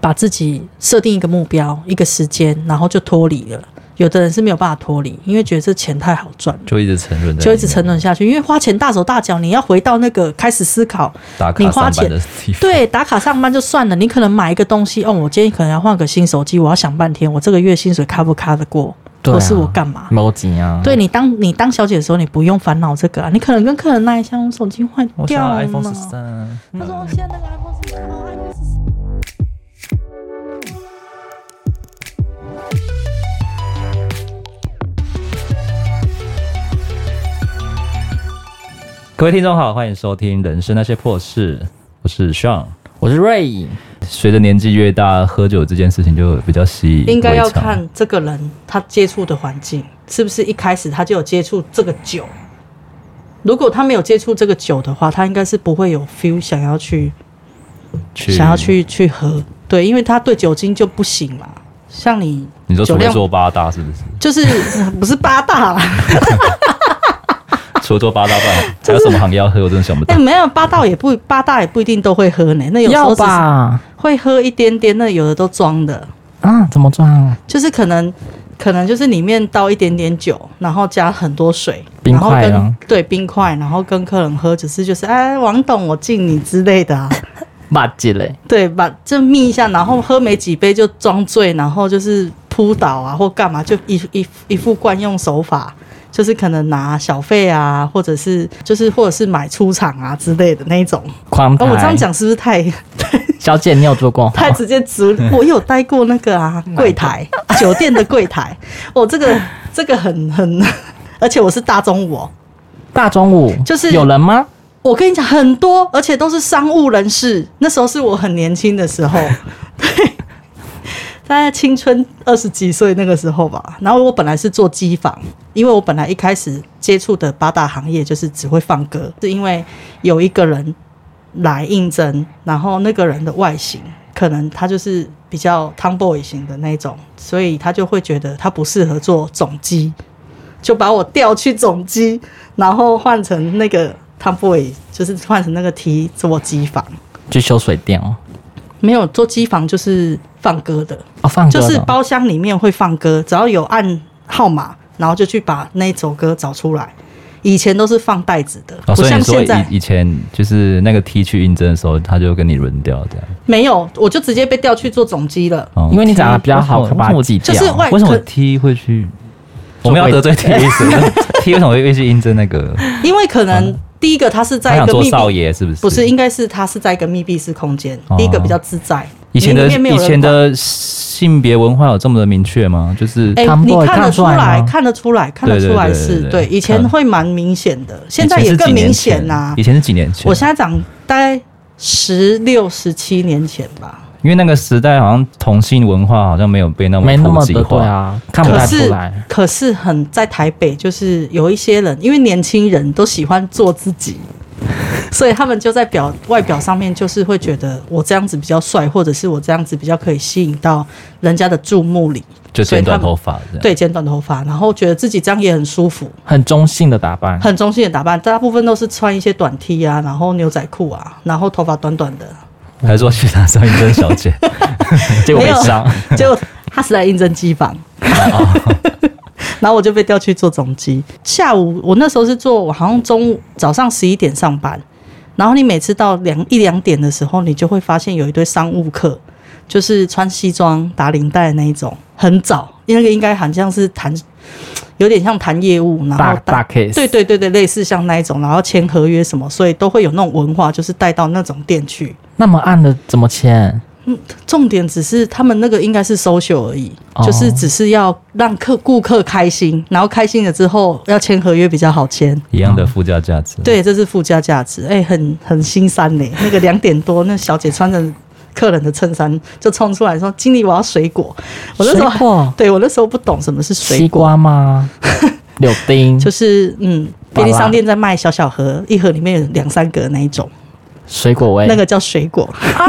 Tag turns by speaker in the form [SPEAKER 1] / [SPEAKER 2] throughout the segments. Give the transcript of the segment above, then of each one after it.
[SPEAKER 1] 把自己设定一个目标、一个时间，然后就脱离了。有的人是没有办法脱离，因为觉得这钱太好赚了，
[SPEAKER 2] 就一直沉沦在里面，
[SPEAKER 1] 就一直沉沦下去。因为花钱大手大脚，你要回到那个开始思考，
[SPEAKER 2] 打
[SPEAKER 1] 你
[SPEAKER 2] 卡
[SPEAKER 1] 花
[SPEAKER 2] 上
[SPEAKER 1] 钱
[SPEAKER 2] 班的地方。
[SPEAKER 1] 对，打卡上班就算了，你可能买一个东西，哦，我今天可能要换个新手机，我要想半天，我这个月薪水卡不卡得过，
[SPEAKER 3] 对啊
[SPEAKER 1] 或是我干嘛？
[SPEAKER 3] 猫紧啊，
[SPEAKER 1] 对你当你当小姐的时候，你不用烦恼这个啊，你可能跟客人那一下用手机换
[SPEAKER 3] 我想
[SPEAKER 1] 掉
[SPEAKER 3] 要
[SPEAKER 1] 嘛。
[SPEAKER 3] iPhone 十三，
[SPEAKER 1] 他说我现在那个 iPhone 是哦，iPhone 是。
[SPEAKER 2] 各位听众好，欢迎收听《人生那些破事》，我是 Sean。
[SPEAKER 3] 我是瑞，
[SPEAKER 2] 随着年纪越大，喝酒这件事情就比较习以为常
[SPEAKER 1] 应该要看这个人他接触的环境是不是一开始他就有接触这个酒。如果他没有接触这个酒的话，他应该是不会有 feel 想要去
[SPEAKER 2] 去
[SPEAKER 1] 想要。去去喝，对，因为他对酒精就不行嘛。像你
[SPEAKER 2] 你说
[SPEAKER 1] 酒
[SPEAKER 2] 除了
[SPEAKER 1] 量
[SPEAKER 2] 做八大是不 是？
[SPEAKER 1] 就是不是八大啦，
[SPEAKER 2] 除了做八大饭，还有什么行业要喝？我真的想不
[SPEAKER 1] 哎、
[SPEAKER 2] 到。
[SPEAKER 1] 没有八大也不八大也不一定都会喝呢。那有时候
[SPEAKER 3] 要
[SPEAKER 1] 只是
[SPEAKER 3] 吧？
[SPEAKER 1] 会喝一点点，那有的都装的，
[SPEAKER 3] 啊，怎么装？
[SPEAKER 1] 就是可能可能就是里面倒一点点酒，然后加很多水，
[SPEAKER 3] 冰块
[SPEAKER 1] 然后
[SPEAKER 3] 啊
[SPEAKER 1] 跟对冰块，然后跟客人喝，只是就是哎，王董我敬你之类的啊，
[SPEAKER 3] 骂姐嘞，
[SPEAKER 1] 对，把这眯一下，然后喝没几杯就装醉，然后就是扑倒啊或干嘛，就一一一副惯用手法。就是可能拿小费啊，或者是就是或者是买出场啊之类的那一种。
[SPEAKER 3] 狂
[SPEAKER 1] 哦，
[SPEAKER 3] 拍。
[SPEAKER 1] 我这样，讲是不是太
[SPEAKER 3] 小姐你有做过？哦
[SPEAKER 1] 太直接直，我有待过那个啊柜台，酒店的柜台，哦，这个这个很很， 而且我是大中午、哦，
[SPEAKER 3] 大中午
[SPEAKER 1] 就是
[SPEAKER 3] 有人吗？
[SPEAKER 1] 我跟你讲很多，而且都是商务人士，那时候是我很年轻的时候，对，大概青春二十几岁那个时候吧。然后我本来是做机房，因为我本来一开始接触的八大行业就是只会放歌，是因为有一个人来应征，然后那个人的外形可能他就是比较 tomboy 型的那种，所以他就会觉得他不适合做总机，就把我调去总机，然后换成那个 tomboy，就是换成那个 T 做机房，
[SPEAKER 3] 去修水电哦。
[SPEAKER 1] 没有做机房就是放歌的，
[SPEAKER 3] 哦，放歌
[SPEAKER 1] 就
[SPEAKER 3] 的
[SPEAKER 1] 是包厢里面会放歌，只要有按号码，然后就去把那首歌找出来。以前都是放袋子的，
[SPEAKER 2] 哦，
[SPEAKER 1] 不
[SPEAKER 2] 所以
[SPEAKER 1] 像
[SPEAKER 2] 你说
[SPEAKER 1] 现在
[SPEAKER 2] 以以前就是那个 T 去应征的时候，他就跟你轮调这样。
[SPEAKER 1] 没有，我就直接被调去做总机了。
[SPEAKER 2] 哦
[SPEAKER 3] 因为你长得比较好，
[SPEAKER 2] 为什
[SPEAKER 3] 可
[SPEAKER 2] 么
[SPEAKER 3] 把
[SPEAKER 2] 为
[SPEAKER 3] 我
[SPEAKER 2] 什
[SPEAKER 3] 挤
[SPEAKER 2] 么
[SPEAKER 3] 掉。
[SPEAKER 1] 就是外
[SPEAKER 2] 为什么
[SPEAKER 1] 可
[SPEAKER 2] T 会去？我们要得罪 T 意思 ？T 为什么会去应征那个？
[SPEAKER 1] 因为可能第一个他是
[SPEAKER 2] 他
[SPEAKER 1] 在一
[SPEAKER 2] 啊想
[SPEAKER 1] 个
[SPEAKER 2] 做
[SPEAKER 1] 密
[SPEAKER 2] 少
[SPEAKER 1] 闭，
[SPEAKER 2] 爷是不是？哦
[SPEAKER 1] 不是，应该是他是在一个密闭式空间，第一个比较自在。
[SPEAKER 2] 以前
[SPEAKER 1] 里
[SPEAKER 2] 的
[SPEAKER 1] 面没有
[SPEAKER 2] 以
[SPEAKER 1] 人
[SPEAKER 2] 前
[SPEAKER 1] 管
[SPEAKER 2] 的性别文化有这么的明确吗？就是
[SPEAKER 1] 哎、
[SPEAKER 3] Tomboy
[SPEAKER 1] 你看
[SPEAKER 3] 看
[SPEAKER 1] 得
[SPEAKER 3] 得
[SPEAKER 1] 出
[SPEAKER 3] 出来
[SPEAKER 1] 来，
[SPEAKER 3] 吗
[SPEAKER 1] 看得出来，看得
[SPEAKER 2] 对
[SPEAKER 1] 出来
[SPEAKER 2] 对对
[SPEAKER 1] 是
[SPEAKER 2] 对
[SPEAKER 1] 对。
[SPEAKER 2] 对
[SPEAKER 1] 以前
[SPEAKER 2] 看
[SPEAKER 1] 会蛮明显的，现在
[SPEAKER 2] 以前
[SPEAKER 1] 也
[SPEAKER 2] 是
[SPEAKER 1] 更
[SPEAKER 2] 几年
[SPEAKER 1] 明
[SPEAKER 2] 前
[SPEAKER 1] 显啦、
[SPEAKER 2] 以前是几年前？
[SPEAKER 1] 我现在讲大概十六、十七年前吧。
[SPEAKER 2] 因为那个时代好像同性文化好像没有被那么
[SPEAKER 3] 没那
[SPEAKER 2] 普
[SPEAKER 3] 么
[SPEAKER 2] 及
[SPEAKER 3] 的对
[SPEAKER 2] 化，
[SPEAKER 3] 啊，看不
[SPEAKER 1] 可
[SPEAKER 3] 太出
[SPEAKER 1] 是
[SPEAKER 3] 来。
[SPEAKER 1] 可是很在台北，就是有一些人，因为年轻人都喜欢做自己， 所以他们就在表外表上面，就是会觉得我这样子比较帅，或者是我这样子比较可以吸引到人家的注目里。
[SPEAKER 2] 就
[SPEAKER 1] 所以
[SPEAKER 2] 剪短
[SPEAKER 1] 他们
[SPEAKER 2] 头发这样。
[SPEAKER 1] 对，剪短头发，然后觉得自己这样也很舒服，
[SPEAKER 3] 很中性的打扮，
[SPEAKER 1] 很中性的打扮，大部分都是穿一些短 T 啊，然后牛仔裤啊，然后头发短短的。
[SPEAKER 2] 还是说去打上应征小姐？
[SPEAKER 3] 结果被 伤。
[SPEAKER 1] 结果他是来应征机房， 然后我就被调去做总机。下午我那时候是做，我好像中午早上十一点上班，然后你每次到两一两点的时候，你就会发现有一堆商务客，就是穿西装打领带的那一种，很早，那个应该好像是谈，有点像谈业务，然
[SPEAKER 3] 大
[SPEAKER 1] 后
[SPEAKER 3] 大 case
[SPEAKER 1] 对对对对，类似像那一种，然后签合约什么，所以都会有那种文化，就是带到那种店去。
[SPEAKER 3] 那么暗的怎么签？
[SPEAKER 1] 重点只是他们那个应该是 social 而已，
[SPEAKER 3] 哦
[SPEAKER 1] 就是只是要让客顾客开心，然后开心了之后要签合约比较好签。
[SPEAKER 2] 一样的附加价值。，
[SPEAKER 1] 对，这是附加价值，哎、很很心酸呢、那个两点多，那小姐穿着客人的衬衫就冲出来说：“经理，我要水果。”我那时
[SPEAKER 3] 水
[SPEAKER 1] 候
[SPEAKER 3] 果，
[SPEAKER 1] 对我那时候不懂什么是水
[SPEAKER 3] 西
[SPEAKER 1] 果，
[SPEAKER 3] 瓜吗？柳丁，
[SPEAKER 1] 就是嗯，
[SPEAKER 3] 娃娃
[SPEAKER 1] 便利商店在卖小小盒，一盒里面有两三个那一种。
[SPEAKER 3] 水果味。
[SPEAKER 1] 那个叫水果。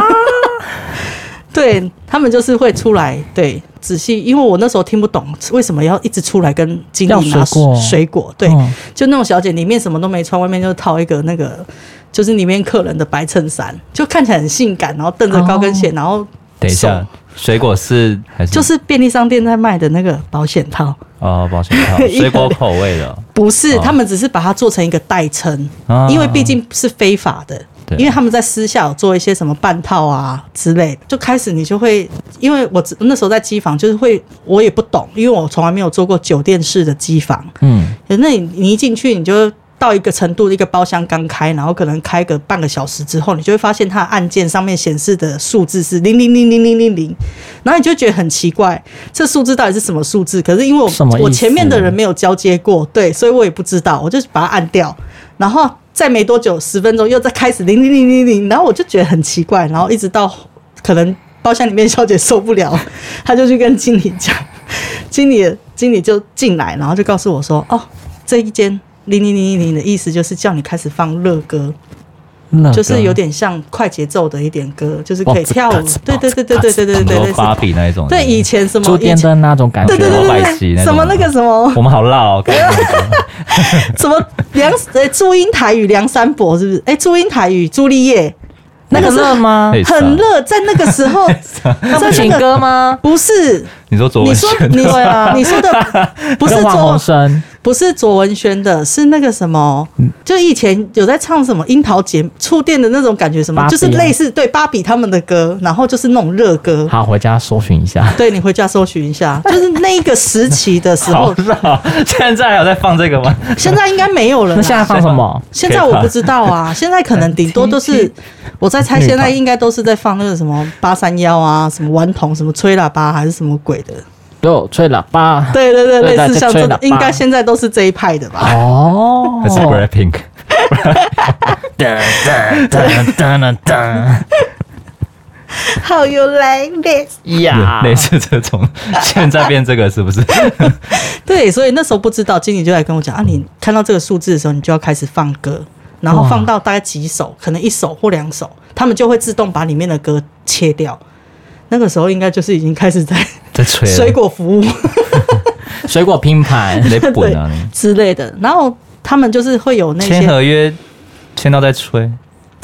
[SPEAKER 1] 对他们就是会出来，对，仔细，因为我那时候听不懂为什么要一直出来跟经理拿
[SPEAKER 3] 要水果
[SPEAKER 1] 水果，对，
[SPEAKER 3] 嗯
[SPEAKER 1] 就那种小姐里面什么都没穿，外面就套一个那个，就是里面客人的白衬衫，就看起来很性感，然后蹬着高跟鞋，然后
[SPEAKER 2] 等一下
[SPEAKER 1] 手，
[SPEAKER 2] 水果是还是
[SPEAKER 1] 就是便利商店在卖的那个保险套，
[SPEAKER 2] 哦，保险 套，水果口味的哦，
[SPEAKER 1] 不是，
[SPEAKER 2] 哦
[SPEAKER 1] 他们只是把它做成一个代称，
[SPEAKER 2] 啊
[SPEAKER 1] 因为毕竟是非法的。
[SPEAKER 2] 对
[SPEAKER 1] 因为他们在私下有做一些什么半套啊之类的，就开始你就会，因为我只那时候在机房，就是会我也不懂，因为我从来没有做过酒店式的机房，
[SPEAKER 3] 嗯，
[SPEAKER 1] 可是那你你一进去，你就到一个程度，一个包厢刚开，然后可能开个半个小时之后，你就会发现它的按键上面显示的数字是零零零零零零零，然后你就觉得很奇怪，这数字到底是什么数字？可是因为我
[SPEAKER 3] 什么意思
[SPEAKER 1] 我前面的人没有交接过，对，所以我也不知道，我就把它按掉，然后再没多久，十分钟又再开始零零零零零，然后我就觉得很奇怪，然后一直到可能包厢里面小姐受不了，她就去跟经理讲。经理经理就进来，然后就告诉我说：“哦，这一间零零零零零的意思就是叫你开始放热歌，
[SPEAKER 3] 乐
[SPEAKER 1] 就是
[SPEAKER 3] 哥
[SPEAKER 1] 有点像快节奏的一点歌，就是可以跳舞
[SPEAKER 3] 哇
[SPEAKER 1] 对
[SPEAKER 3] 这。
[SPEAKER 1] 对对对对 对对
[SPEAKER 2] 很
[SPEAKER 1] 对
[SPEAKER 2] 多
[SPEAKER 1] 对，
[SPEAKER 2] 芭比那一种，
[SPEAKER 1] 对以前什么
[SPEAKER 3] 猪
[SPEAKER 1] 以
[SPEAKER 3] 电
[SPEAKER 1] 前
[SPEAKER 3] 灯那种感
[SPEAKER 1] 对对
[SPEAKER 3] 觉，
[SPEAKER 1] 对
[SPEAKER 2] 老百
[SPEAKER 1] 对对，
[SPEAKER 2] 姓那种
[SPEAKER 1] 什么那个什么
[SPEAKER 2] 我们好辣哦，感觉
[SPEAKER 1] 什么梁呃祝英台与梁山伯是不是？哎，祝英台与朱丽叶那个是
[SPEAKER 3] 热 吗？
[SPEAKER 2] 嘿
[SPEAKER 1] 很热，在那个时候，
[SPEAKER 3] 那不
[SPEAKER 1] 在
[SPEAKER 3] 情
[SPEAKER 1] 那个
[SPEAKER 3] 歌吗？
[SPEAKER 1] 不是
[SPEAKER 2] 你说卓
[SPEAKER 1] 你
[SPEAKER 2] 文
[SPEAKER 1] 说
[SPEAKER 2] 萱
[SPEAKER 1] 你
[SPEAKER 3] 对啊
[SPEAKER 1] 你说的 不是
[SPEAKER 3] 跟王
[SPEAKER 1] 做
[SPEAKER 3] 洪生
[SPEAKER 1] 不是卓文萱的，是那个什么，
[SPEAKER 3] 嗯
[SPEAKER 1] 就以前有在唱什么樱桃节触电的那种感觉，什么、
[SPEAKER 3] 芭比
[SPEAKER 1] 就
[SPEAKER 3] 啊
[SPEAKER 1] 是类似对芭比他们的歌，然后就是那种热歌。
[SPEAKER 3] 好，回家搜寻一下。
[SPEAKER 1] 对，你回家搜寻一下，就是那一个时期的时
[SPEAKER 2] 好
[SPEAKER 1] 候，
[SPEAKER 2] 辣，哦现在还有在放这个吗？
[SPEAKER 1] 现在应该没有了啦。
[SPEAKER 3] 那现在放什么？
[SPEAKER 1] 现在我不知道啊， 现在可能顶多都 是，我在猜，现在应该都是在放那个什么八三幺啊，什么顽童，什么吹喇叭还是什么鬼的。
[SPEAKER 3] 有吹喇叭。
[SPEAKER 1] 对对对，
[SPEAKER 3] 对
[SPEAKER 1] 类似像这
[SPEAKER 3] 在吹
[SPEAKER 1] 种
[SPEAKER 3] 喇，叭
[SPEAKER 1] 应该现在都是这一派的 吧。
[SPEAKER 3] 哦，
[SPEAKER 2] 还是 Blackpink？
[SPEAKER 3] 噔噔噔噔噔
[SPEAKER 1] 好有来 this。
[SPEAKER 3] 噔呀！
[SPEAKER 2] 类似这种，现在变这个是 不是？
[SPEAKER 1] 对，所以那时候不知道，经理就来跟我讲啊，你看到这个数字的时候，你就要开始放歌，然后放到大概几首，可能一首或两首，他们就会自动把里面的歌切掉。那个时候应该就是已经开始在
[SPEAKER 2] 在吹啊
[SPEAKER 1] 水果服务
[SPEAKER 3] 水果拼盘，
[SPEAKER 2] 你在
[SPEAKER 1] 对
[SPEAKER 2] 滚啊你！
[SPEAKER 1] 之类的，然后他们就是会有那
[SPEAKER 2] 签
[SPEAKER 1] 些，
[SPEAKER 2] 合约签到再吹，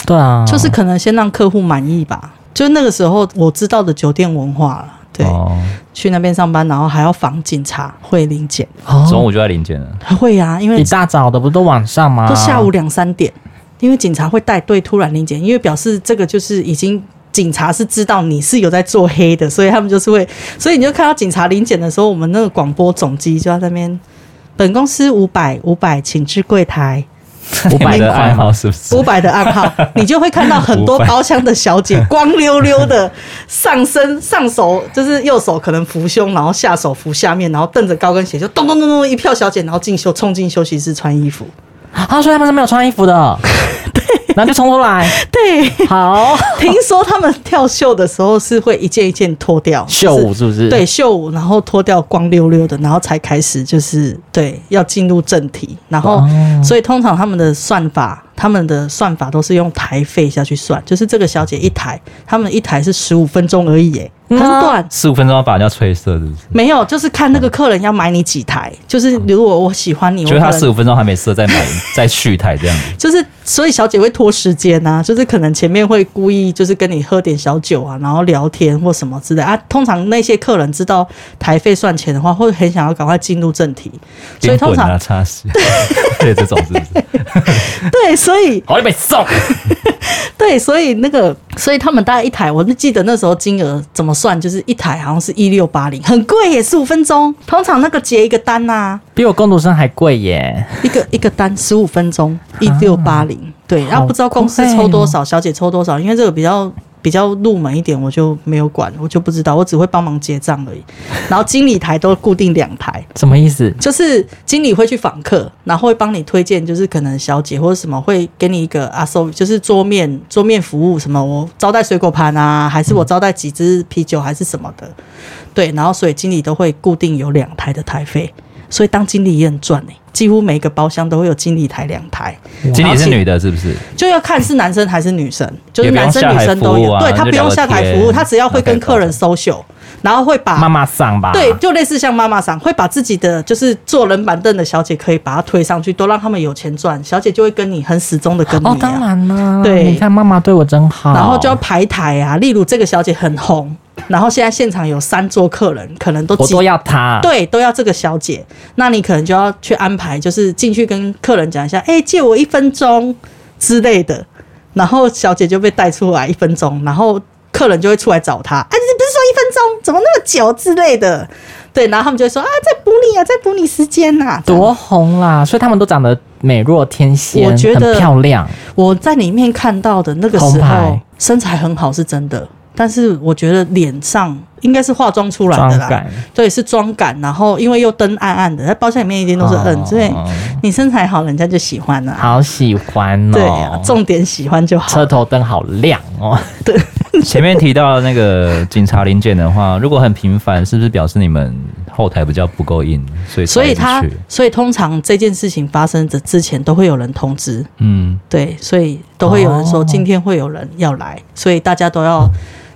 [SPEAKER 3] 对啊，
[SPEAKER 1] 就是可能先让客户满意吧。就那个时候我知道的酒店文化了，对，
[SPEAKER 2] 哦，
[SPEAKER 1] 去那边上班，然后还要防警察会临检，
[SPEAKER 2] 中
[SPEAKER 3] 哦，
[SPEAKER 2] 午就在领检 了。
[SPEAKER 1] 会呀、因为
[SPEAKER 3] 一大早的不是都晚上吗？
[SPEAKER 1] 都下午两三点，因为警察会带队突然临检，因为表示这个就是已经警察是知道你是有在做黑的，所以他们就是会，所以你就看到警察临检的时候，我们那个广播总机就在那边，本公司五百五百，请至柜台。
[SPEAKER 3] 五百
[SPEAKER 2] 你的
[SPEAKER 3] 块
[SPEAKER 2] 爱好
[SPEAKER 3] 吗？
[SPEAKER 2] 是不是
[SPEAKER 1] 五？百的暗号，你就会看到很多
[SPEAKER 2] 500
[SPEAKER 1] 包厢的小姐光溜溜的，上身上手就是右手可能扶胸，然后下手扶下面，然后蹬着高跟鞋，就咚咚咚咚一票小姐，然后进休冲进休息室穿衣服。
[SPEAKER 3] 他啊说他们是没有穿衣 服的，对，然后就冲出来，
[SPEAKER 1] 对，
[SPEAKER 3] 好
[SPEAKER 1] 听说他们跳秀的时候是会一件一件脱掉
[SPEAKER 3] 秀舞
[SPEAKER 1] 就是
[SPEAKER 3] 不是？
[SPEAKER 1] 对，秀舞，然后脱掉光溜溜的，然后才开始就是对要进入正题，然后、
[SPEAKER 3] 哦
[SPEAKER 1] 所以通常他们的算法，他们的算法都是用台费下去算，就是这个小姐一台，他们一台是十五分钟而已，耶，很
[SPEAKER 3] 嗯啊
[SPEAKER 1] 短。
[SPEAKER 2] 十五分钟要把人家吹色，是不是？
[SPEAKER 1] 没有，就是看那个客人要买你几台，
[SPEAKER 3] 哦
[SPEAKER 1] 就是如果我喜欢你，我
[SPEAKER 2] 觉得他
[SPEAKER 1] 可能
[SPEAKER 2] 十五分钟还没射，再买再续台这样子。
[SPEAKER 1] 就是，所以小姐会拖时间呐、就是可能前面会故意就是跟你喝点小酒啊，然后聊天或什么之类啊。通常那些客人知道台费算钱的话，会很想要赶快进入正题， 所以
[SPEAKER 2] 边
[SPEAKER 1] 通
[SPEAKER 2] 滚
[SPEAKER 1] 常、
[SPEAKER 2] 啊，擦 洗，对这种是不是？
[SPEAKER 1] 对，所以
[SPEAKER 3] 好，你被送。
[SPEAKER 1] 对，所以那个，所以他们大概一台，我就记得那时候金额怎么算，就是一台好像是一六八零，很贵耶，十五分钟。通常那个结一个单啊呐、
[SPEAKER 3] 比我工读生还贵耶！
[SPEAKER 1] 一个一个单十五分钟一六八零，对，然后
[SPEAKER 3] 啊好
[SPEAKER 1] 不知道公司
[SPEAKER 3] 贵哦
[SPEAKER 1] 抽多少，小姐抽多少，因为这个比较比较入门一点，我就没有管，我就不知道，我只会帮忙结账而已。然后经理台都固定两台，
[SPEAKER 3] 什么意思？
[SPEAKER 1] 就是经理会去访客，然后会帮你推荐，就是可能小姐或者什么会给你一个啊收，就是桌面桌面服务什么，我招待水果盘啊，还是我招待几支啤酒还是什么的，对，然后所以经理都会固定有两台的台费，所以当经理也很赚哎、几乎每一个包厢都会有经理台两台，
[SPEAKER 2] 经理是女的，是不是？
[SPEAKER 1] 就要看是男生还是女生，就是
[SPEAKER 2] 也不用
[SPEAKER 1] 男生女生都
[SPEAKER 2] 下台服
[SPEAKER 1] 有，
[SPEAKER 2] 务啊
[SPEAKER 1] 对他
[SPEAKER 2] 就
[SPEAKER 1] 不用
[SPEAKER 2] 聊个
[SPEAKER 1] 下台
[SPEAKER 2] 天
[SPEAKER 1] 服务，他只要会跟客人 social，然后会把
[SPEAKER 3] 妈妈桑吧？
[SPEAKER 1] 啊对，，就类似像妈妈桑，会把自己的就是坐人板凳的小姐可以把她推上去，都让他们有钱赚，小姐就会跟你很始终的跟你、啊
[SPEAKER 3] 哦，当然啦。
[SPEAKER 1] 对
[SPEAKER 3] 你看妈妈对我真好。
[SPEAKER 1] 然后就要排台啊，例如这个小姐很红，然后现在现场有三桌客人，可能都
[SPEAKER 3] 我
[SPEAKER 1] 挤
[SPEAKER 3] 都要他，
[SPEAKER 1] 对，都要这个小姐。那你可能就要去安排，就是进去跟客人讲一下，哎、借我一分钟之类的。然后小姐就被带出来一分钟，然后客人就会出来找她，哎、你不是说一分钟，怎么那么久之类的？对，然后他们就会说啊，在补你啊，在补你时间呐、啊。
[SPEAKER 3] 多红啦！所以他们都长得美若天仙，
[SPEAKER 1] 我觉得
[SPEAKER 3] 很漂亮。
[SPEAKER 1] 我在里面看到的那个时
[SPEAKER 3] 红
[SPEAKER 1] 候
[SPEAKER 3] 牌，
[SPEAKER 1] 身材很好是真的，但是我觉得脸上应该是化妆出来的
[SPEAKER 3] 妆
[SPEAKER 1] 啦
[SPEAKER 3] 感，
[SPEAKER 1] 对，是妆感。然后因为又灯暗暗的，在包厢里面一定都是暗，
[SPEAKER 3] 哦
[SPEAKER 1] 所以你身材好，人家就喜欢啦、
[SPEAKER 3] 好喜欢哦！
[SPEAKER 1] 对啊，重点喜欢就好
[SPEAKER 3] 车。头灯好亮哦，
[SPEAKER 2] 前面提到那个警察临检的话，如果很频繁，是不是表示你们后台比较不够硬，所以
[SPEAKER 1] 所以
[SPEAKER 2] 才一
[SPEAKER 1] 他
[SPEAKER 2] 直去，
[SPEAKER 1] 所以通常这件事情发生的之前，都会有人通知，
[SPEAKER 2] 嗯，
[SPEAKER 1] 对，所以都会有人说
[SPEAKER 3] 哦
[SPEAKER 1] 今天会有人要来，所以大家都要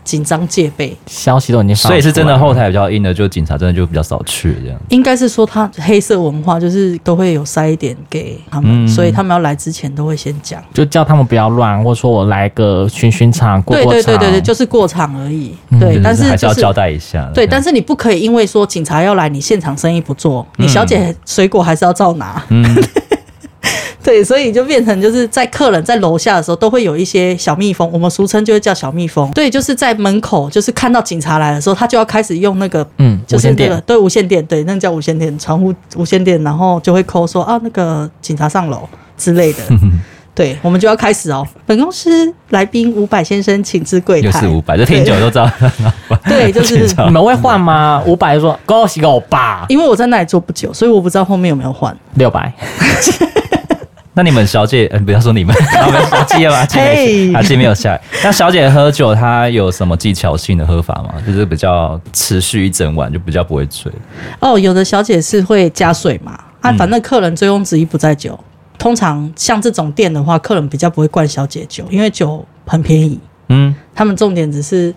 [SPEAKER 1] 紧张戒备。
[SPEAKER 3] 消息都已经发出来
[SPEAKER 2] 所
[SPEAKER 3] 了，
[SPEAKER 2] 以是真的后台比较硬的，就警察真的就比较少去这样。
[SPEAKER 1] 应该是说他黑色文化就是都会有塞一点给他们，
[SPEAKER 2] 嗯
[SPEAKER 1] 所以他们要来之前都会先讲。
[SPEAKER 3] 就叫他们不要乱，或者说我来个巡巡场、过
[SPEAKER 1] 对
[SPEAKER 3] 过
[SPEAKER 1] 对
[SPEAKER 3] 场，
[SPEAKER 1] 对对对，就是过场而已。
[SPEAKER 3] 嗯
[SPEAKER 1] 对，
[SPEAKER 2] 就
[SPEAKER 1] 但
[SPEAKER 2] 还是
[SPEAKER 1] 就
[SPEAKER 2] 要
[SPEAKER 1] 是
[SPEAKER 2] 交代一下。
[SPEAKER 1] 对，但是你不可以因为说警察要来，你现场生意不做，你小姐水果还是要照拿。
[SPEAKER 2] 嗯，
[SPEAKER 1] 对，所以就变成就是在客人在楼下的时候，都会有一些小蜜蜂，我们俗称就会叫小蜜蜂。对，就是在门口，就是看到警察来的时候，他就要开始用那个。
[SPEAKER 3] 嗯，
[SPEAKER 1] 就
[SPEAKER 3] 无
[SPEAKER 1] 是
[SPEAKER 3] 线
[SPEAKER 1] 那
[SPEAKER 3] 电
[SPEAKER 1] 个对无线电，对那个叫无线电，传呼无线电，然后就会扣说啊，那个警察上楼之类 的，对，我们就要开始哦。本公司来宾伍佰先生，请至柜
[SPEAKER 2] 六
[SPEAKER 1] 台
[SPEAKER 2] 四。五百，这听久了都知道。
[SPEAKER 1] 对，就是
[SPEAKER 2] 警察
[SPEAKER 3] 你们会换吗？五百说恭喜我吧，
[SPEAKER 1] 因为我在那里做不久，所以我不知道后面有没有换。
[SPEAKER 3] 六百，
[SPEAKER 2] 那你们小姐，嗯、不要说你 们，我们小姐吧，姐
[SPEAKER 1] 嘿
[SPEAKER 2] 没啊，姐没有下来。那小姐喝酒，她有什么技巧性的喝法吗？就是比较持续一整晚，就比较不会醉。
[SPEAKER 1] 哦，有的小姐是会加水嘛，啊，
[SPEAKER 3] 嗯
[SPEAKER 1] 反正客人醉翁之意不在酒。通常像这种店的话，客人比较不会灌小姐酒，因为酒很便宜。
[SPEAKER 2] 嗯，
[SPEAKER 1] 他们重点只是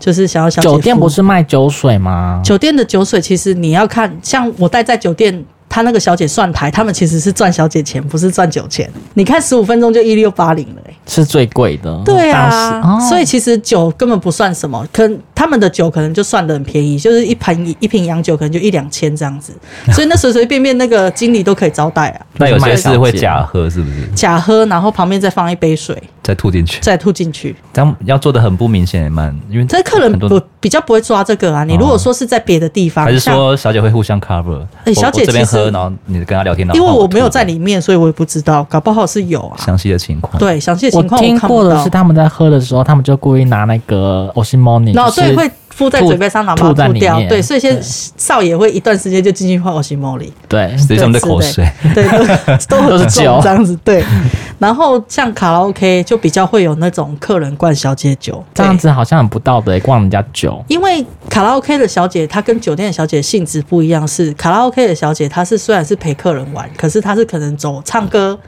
[SPEAKER 1] 就是想要小姐
[SPEAKER 3] 酒店
[SPEAKER 1] 付
[SPEAKER 3] 不是卖酒水吗？
[SPEAKER 1] 酒店的酒水，其实你要看，像我待在酒店。他那个小姐算台，他们其实是赚小姐钱，不是赚酒钱。你看十五分钟就一六八零了、欸，
[SPEAKER 3] 是最贵的，
[SPEAKER 1] 对啊，
[SPEAKER 3] 当时哦
[SPEAKER 1] 所以其实酒根本不算什么，可能他们的酒可能就算的很便宜，就是一盘一瓶洋酒可能就一两千这样 子，所以那随随便便那个经理都可以招待啊，
[SPEAKER 2] 那有些
[SPEAKER 3] 就是卖
[SPEAKER 2] 是
[SPEAKER 3] 小
[SPEAKER 2] 会
[SPEAKER 3] 姐
[SPEAKER 2] 假喝，是不是？
[SPEAKER 1] 假喝，然后旁边再放一杯水，
[SPEAKER 2] 再吐进去，
[SPEAKER 1] 再吐进去。
[SPEAKER 2] 这样要做的很不明显，也蛮因为
[SPEAKER 1] 这客人
[SPEAKER 2] 很多
[SPEAKER 1] 不比较不会抓这
[SPEAKER 3] 哦
[SPEAKER 1] 个啊，你如果说是在别的地方，
[SPEAKER 2] 还是
[SPEAKER 1] 像
[SPEAKER 2] 说小姐会互相 cover？
[SPEAKER 1] 哎
[SPEAKER 2] 我
[SPEAKER 1] 小姐
[SPEAKER 2] 我这边
[SPEAKER 1] 其实
[SPEAKER 2] 喝，然后你跟她聊天，然后
[SPEAKER 1] 因为
[SPEAKER 2] 换
[SPEAKER 1] 我没有
[SPEAKER 2] 吐
[SPEAKER 1] 在里面，所以我也不知道，搞不好是有啊。
[SPEAKER 2] 详细的情况。，
[SPEAKER 1] 对，详细的
[SPEAKER 3] 我
[SPEAKER 1] 情况
[SPEAKER 3] 听
[SPEAKER 1] 看不
[SPEAKER 3] 过的
[SPEAKER 1] 到
[SPEAKER 3] 是。他们在喝的时候，他们就故意拿那个 o s i m o n i
[SPEAKER 1] 然后哦对会敷在
[SPEAKER 3] 吐
[SPEAKER 1] 嘴巴上，然后
[SPEAKER 3] 吐
[SPEAKER 1] 把
[SPEAKER 3] 在
[SPEAKER 1] 它吐
[SPEAKER 3] 里
[SPEAKER 1] 掉。
[SPEAKER 3] 面
[SPEAKER 1] 对，所以现在
[SPEAKER 3] 对
[SPEAKER 1] 少爷会一段时间就进去换 o s i m o
[SPEAKER 3] 对
[SPEAKER 2] 实际上
[SPEAKER 1] 对
[SPEAKER 2] 的口
[SPEAKER 1] 之
[SPEAKER 2] 水
[SPEAKER 1] 类。对， 都都
[SPEAKER 3] 都
[SPEAKER 1] 很
[SPEAKER 3] 是
[SPEAKER 1] 重
[SPEAKER 3] 酒
[SPEAKER 1] 这样子。对，然后像卡拉 OK 就比较会有那种客人灌小姐酒
[SPEAKER 3] 这样。
[SPEAKER 1] 对
[SPEAKER 3] 子好像很不道德、灌人家酒。
[SPEAKER 1] 因为卡拉 OK 的小姐，她跟酒店的小姐性质不一样，是卡拉 OK 的小姐，她是虽然是陪客人玩，可是她是可能走唱歌，